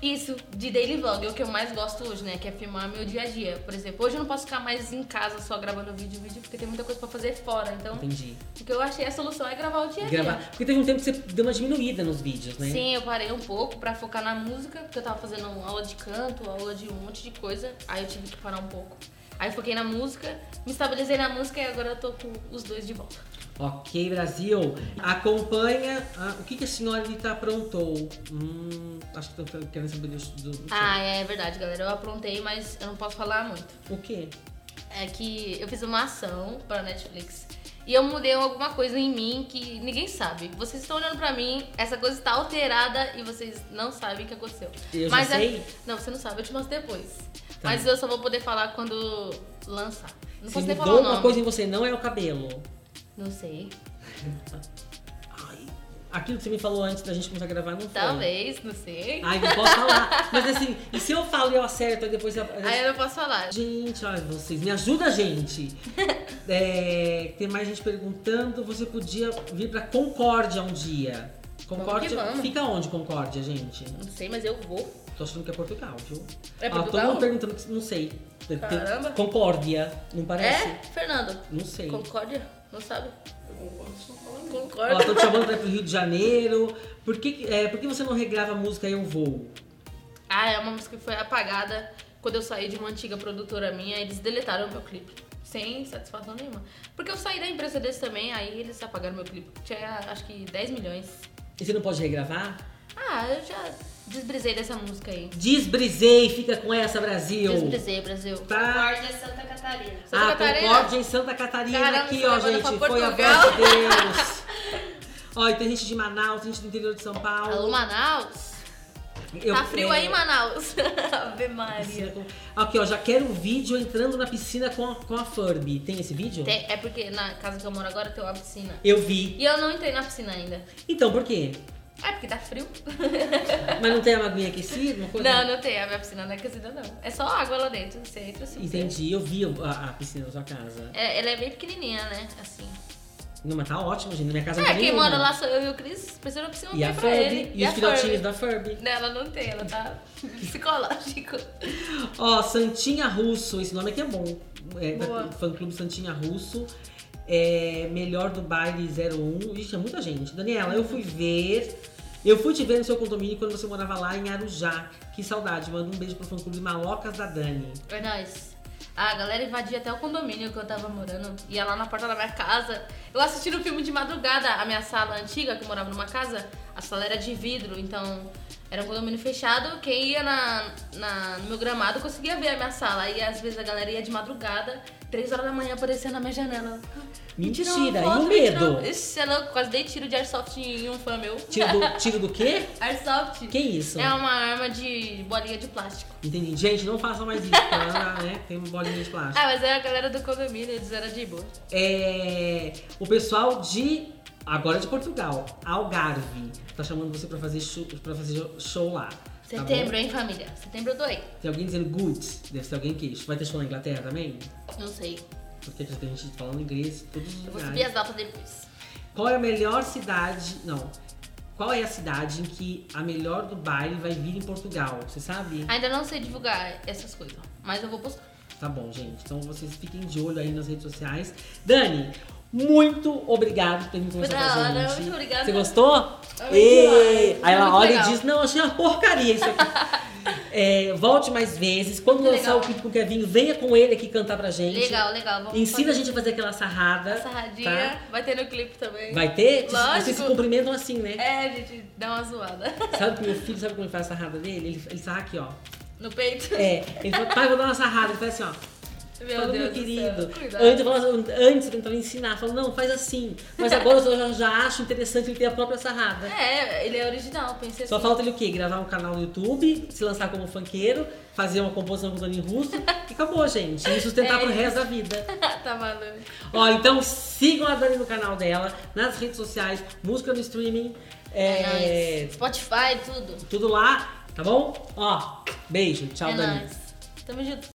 [SPEAKER 2] Isso, de daily vlog, é o que eu mais gosto hoje, né? Que é filmar meu dia a dia. Por exemplo, hoje eu não posso ficar mais em casa só gravando vídeo, vídeo, porque tem muita coisa pra fazer fora. Então,
[SPEAKER 1] Entendi.
[SPEAKER 2] o que eu achei a solução é gravar o dia a dia.
[SPEAKER 1] Gravar. Porque teve um tempo que você deu uma diminuída nos vídeos, né?
[SPEAKER 2] Sim, eu parei um pouco pra focar na música, porque eu tava fazendo aula de canto, aula de um monte de coisa, aí eu tive que parar um pouco. Aí eu foquei na música, me estabilizei na música e agora eu tô com os dois de volta.
[SPEAKER 1] Ok, Brasil. Acompanha. ah, o que, que a senhorita aprontou? Hum, acho que estão querendo saber do. do- do-
[SPEAKER 2] Ah, é verdade, galera, eu aprontei, mas eu não posso falar muito.
[SPEAKER 1] O quê?
[SPEAKER 2] É que eu fiz uma ação pra Netflix e eu mudei alguma coisa em mim que ninguém sabe. Vocês estão olhando pra mim, essa coisa está alterada e vocês não sabem o que aconteceu.
[SPEAKER 1] Eu já
[SPEAKER 2] Mas é-
[SPEAKER 1] sei?
[SPEAKER 2] Não, você não sabe, eu te mostro depois.
[SPEAKER 1] Tá.
[SPEAKER 2] Mas eu só vou poder falar quando lançar. Não
[SPEAKER 1] Se
[SPEAKER 2] posso nem falar
[SPEAKER 1] mudou
[SPEAKER 2] o
[SPEAKER 1] uma
[SPEAKER 2] nome.
[SPEAKER 1] coisa em você, não é o cabelo.
[SPEAKER 2] Não sei.
[SPEAKER 1] Ai, aquilo que você me falou antes da gente começar a gravar não foi.
[SPEAKER 2] Talvez, não sei.
[SPEAKER 1] Ai, não posso falar. Mas assim, e se eu falo e eu acerto, aí depois.
[SPEAKER 2] Aí eu não posso falar.
[SPEAKER 1] Gente, olha vocês, me ajuda, gente. É, tem mais gente perguntando, você podia vir pra Concórdia um dia. Concórdia
[SPEAKER 2] Vamos que vamos.
[SPEAKER 1] fica onde, Concórdia, gente?
[SPEAKER 2] Não sei, mas eu vou.
[SPEAKER 1] Tô achando que é Portugal, viu?
[SPEAKER 2] É
[SPEAKER 1] Ó, todo
[SPEAKER 2] Portugal?
[SPEAKER 1] mundo perguntando, que- não sei. Deve ter-
[SPEAKER 2] Caramba.
[SPEAKER 1] Concórdia, não parece?
[SPEAKER 2] É, Fernando?
[SPEAKER 1] Não sei.
[SPEAKER 2] Concórdia? Não sabe?
[SPEAKER 1] Ó,
[SPEAKER 2] Concordo.
[SPEAKER 1] tô te chamando pra ir pro Rio de Janeiro. Por que, que- é, por que você não regrava a música Eu Vou?
[SPEAKER 2] Ah, é uma música que foi apagada quando eu saí de uma antiga produtora minha. Eles deletaram meu clipe. Sem satisfação nenhuma. Porque eu saí da empresa deles também, aí eles apagaram meu clipe. Tinha acho que 10 milhões.
[SPEAKER 1] E você não pode regravar?
[SPEAKER 2] Ah, eu já desbrisei dessa música aí.
[SPEAKER 1] Desbrisei, fica com essa, Brasil.
[SPEAKER 2] Desbrisei, Brasil.
[SPEAKER 1] Tá?
[SPEAKER 4] Concórdia Santa Catarina.
[SPEAKER 2] Santa
[SPEAKER 1] ah,
[SPEAKER 2] Catarina.
[SPEAKER 1] Concórdia em Santa Catarina
[SPEAKER 2] Caramba,
[SPEAKER 1] aqui,
[SPEAKER 2] você
[SPEAKER 1] ó,
[SPEAKER 2] levando
[SPEAKER 1] gente.
[SPEAKER 2] pra
[SPEAKER 1] Foi a
[SPEAKER 2] Portugal.
[SPEAKER 1] voz de Deus. ó, e tem gente de Manaus, tem gente do interior de São Paulo.
[SPEAKER 2] Alô, Manaus?
[SPEAKER 1] Eu-
[SPEAKER 2] tá frio
[SPEAKER 1] é,
[SPEAKER 2] aí, Manaus? Ave
[SPEAKER 1] piscina
[SPEAKER 2] Maria.
[SPEAKER 1] com- Aqui, ó, já quero um vídeo entrando na piscina com a, com a Furby. Tem esse vídeo?
[SPEAKER 2] Tem- é porque na casa que eu moro agora tem uma piscina.
[SPEAKER 1] Eu vi.
[SPEAKER 2] E eu não entrei na piscina ainda.
[SPEAKER 1] Então, por quê?
[SPEAKER 2] É porque tá frio.
[SPEAKER 1] Mas não tem uma aguinha aquecida? Uma coisa?
[SPEAKER 2] Não, não tem. A minha piscina não é aquecida, não. É só água lá dentro. Você entra assim.
[SPEAKER 1] Entendi, eu vi a, a piscina da sua casa.
[SPEAKER 2] É, ela é bem pequenininha, né? Assim.
[SPEAKER 1] Não, mas tá ótimo, gente. Na minha casa não
[SPEAKER 2] É,
[SPEAKER 1] tem
[SPEAKER 2] quem
[SPEAKER 1] nenhuma.
[SPEAKER 2] mora lá sou eu e o Cris. Precisa de piscina
[SPEAKER 1] E a
[SPEAKER 2] tem pra ele.
[SPEAKER 1] Furby, e, os
[SPEAKER 2] a
[SPEAKER 1] filhotinhos
[SPEAKER 2] Furby.
[SPEAKER 1] da Furby.
[SPEAKER 2] Não, Ela não tem, ela tá psicológico.
[SPEAKER 1] Ó, Santinha Russo, esse nome aqui é bom. É, da,
[SPEAKER 2] Boa.
[SPEAKER 1] fã clube Santinha Russo. É, melhor do baile 01. Ixi, é muita gente. Daniela, eu fui ver. Eu fui te ver no seu condomínio quando você morava lá em Arujá. Que saudade. Manda um beijo pro fã clube Malocas da Dani.
[SPEAKER 2] É nóis. A galera invadia até o condomínio que eu tava morando. Ia lá na porta da minha casa. Eu assistindo o filme de madrugada. A minha sala antiga, que eu morava numa casa, a sala era de vidro, então era um condomínio fechado. Quem ia na, na- no meu gramado conseguia ver a minha sala. E às vezes a galera ia de madrugada, três horas da manhã, aparecia na minha janela. um Me tirou uma
[SPEAKER 1] Mentira, e o
[SPEAKER 2] foto, me
[SPEAKER 1] medo?
[SPEAKER 2] tirou- Ixi, é louco, quase dei tiro de airsoft em um fã meu.
[SPEAKER 1] Tiro do, tiro do quê?
[SPEAKER 2] Airsoft.
[SPEAKER 1] Que isso?
[SPEAKER 2] É uma arma de bolinha de plástico.
[SPEAKER 1] Entendi. Gente, não façam mais isso, tá? né? Tem uma bolinha de plástico.
[SPEAKER 2] Ah, mas é a galera do condomínio, eles eram de boa.
[SPEAKER 1] É, o pessoal de. Agora de Portugal, Algarve, tá chamando você pra fazer show, pra fazer show lá. tá
[SPEAKER 2] Setembro,
[SPEAKER 1] bom?
[SPEAKER 2] hein, família? Setembro eu tô aí.
[SPEAKER 1] Tem alguém dizendo good, deve ser alguém que. Vai ter show na Inglaterra também?
[SPEAKER 2] Não sei.
[SPEAKER 1] Porque já tem gente falando inglês, todos os
[SPEAKER 2] Eu vou subir
[SPEAKER 1] lugares.
[SPEAKER 2] as datas depois.
[SPEAKER 1] Qual é a melhor cidade. Não. Qual é a cidade em que a melhor do baile vai vir em Portugal? Você sabe?
[SPEAKER 2] Ainda não sei divulgar essas coisas, mas eu vou postar.
[SPEAKER 1] Tá bom, gente. Então vocês fiquem de olho aí nas redes sociais. Dani, muito obrigado por ter vindo
[SPEAKER 2] Foi
[SPEAKER 1] conversar com
[SPEAKER 2] da
[SPEAKER 1] a
[SPEAKER 2] hora,
[SPEAKER 1] gente.
[SPEAKER 2] muito obrigada.
[SPEAKER 1] Você gostou?
[SPEAKER 2] Ai,
[SPEAKER 1] Ê!
[SPEAKER 2] muito
[SPEAKER 1] Aí ela
[SPEAKER 2] legal.
[SPEAKER 1] olha
[SPEAKER 2] Muito
[SPEAKER 1] e diz, não, achei uma porcaria isso aqui. É, volte mais vezes. Quando
[SPEAKER 2] Muito
[SPEAKER 1] lançar
[SPEAKER 2] legal.
[SPEAKER 1] o clipe com o Kevinho, venha com ele aqui cantar pra gente.
[SPEAKER 2] Legal, legal. Vamos
[SPEAKER 1] Ensina a
[SPEAKER 2] fazer
[SPEAKER 1] gente a fazer aquela sarrada.
[SPEAKER 2] essa
[SPEAKER 1] tá?
[SPEAKER 2] radinha. Vai ter no clipe também.
[SPEAKER 1] Vai ter? Vocês- Vocês se
[SPEAKER 2] Lógico.
[SPEAKER 1] cumprimentam assim, né?
[SPEAKER 2] É, a gente dá uma zoada.
[SPEAKER 1] Sabe que meu filho, sabe como ele faz a sarrada dele? Ele, ele sarra aqui, ó.
[SPEAKER 2] No peito.
[SPEAKER 1] É, ele fala, pai, vou dar uma sarrada. Ele faz assim, ó.
[SPEAKER 2] Meu
[SPEAKER 1] Fala,
[SPEAKER 2] Deus
[SPEAKER 1] meu
[SPEAKER 2] do
[SPEAKER 1] querido.
[SPEAKER 2] céu. Cuidado.
[SPEAKER 1] Antes eu, falava, antes eu tentava ensinar, falava, não, faz assim. Mas agora eu já, já acho interessante ele ter a própria sarrada.
[SPEAKER 2] É, ele é original, pensei
[SPEAKER 1] Só
[SPEAKER 2] assim.
[SPEAKER 1] falta ele o quê? Gravar um canal no YouTube, se lançar como funkeiro, fazer uma composição com o Dani Russo e acabou, gente. E sustentar
[SPEAKER 2] É
[SPEAKER 1] pro
[SPEAKER 2] isso.
[SPEAKER 1] resto da vida.
[SPEAKER 2] tá maluco.
[SPEAKER 1] Ó, então sigam a Dani no canal dela, nas redes sociais, música no streaming,
[SPEAKER 2] É,
[SPEAKER 1] é,
[SPEAKER 2] nóis. Spotify, tudo.
[SPEAKER 1] tudo lá, tá bom? Ó, beijo, tchau,
[SPEAKER 2] é
[SPEAKER 1] Dani.
[SPEAKER 2] nóis. Tamo junto.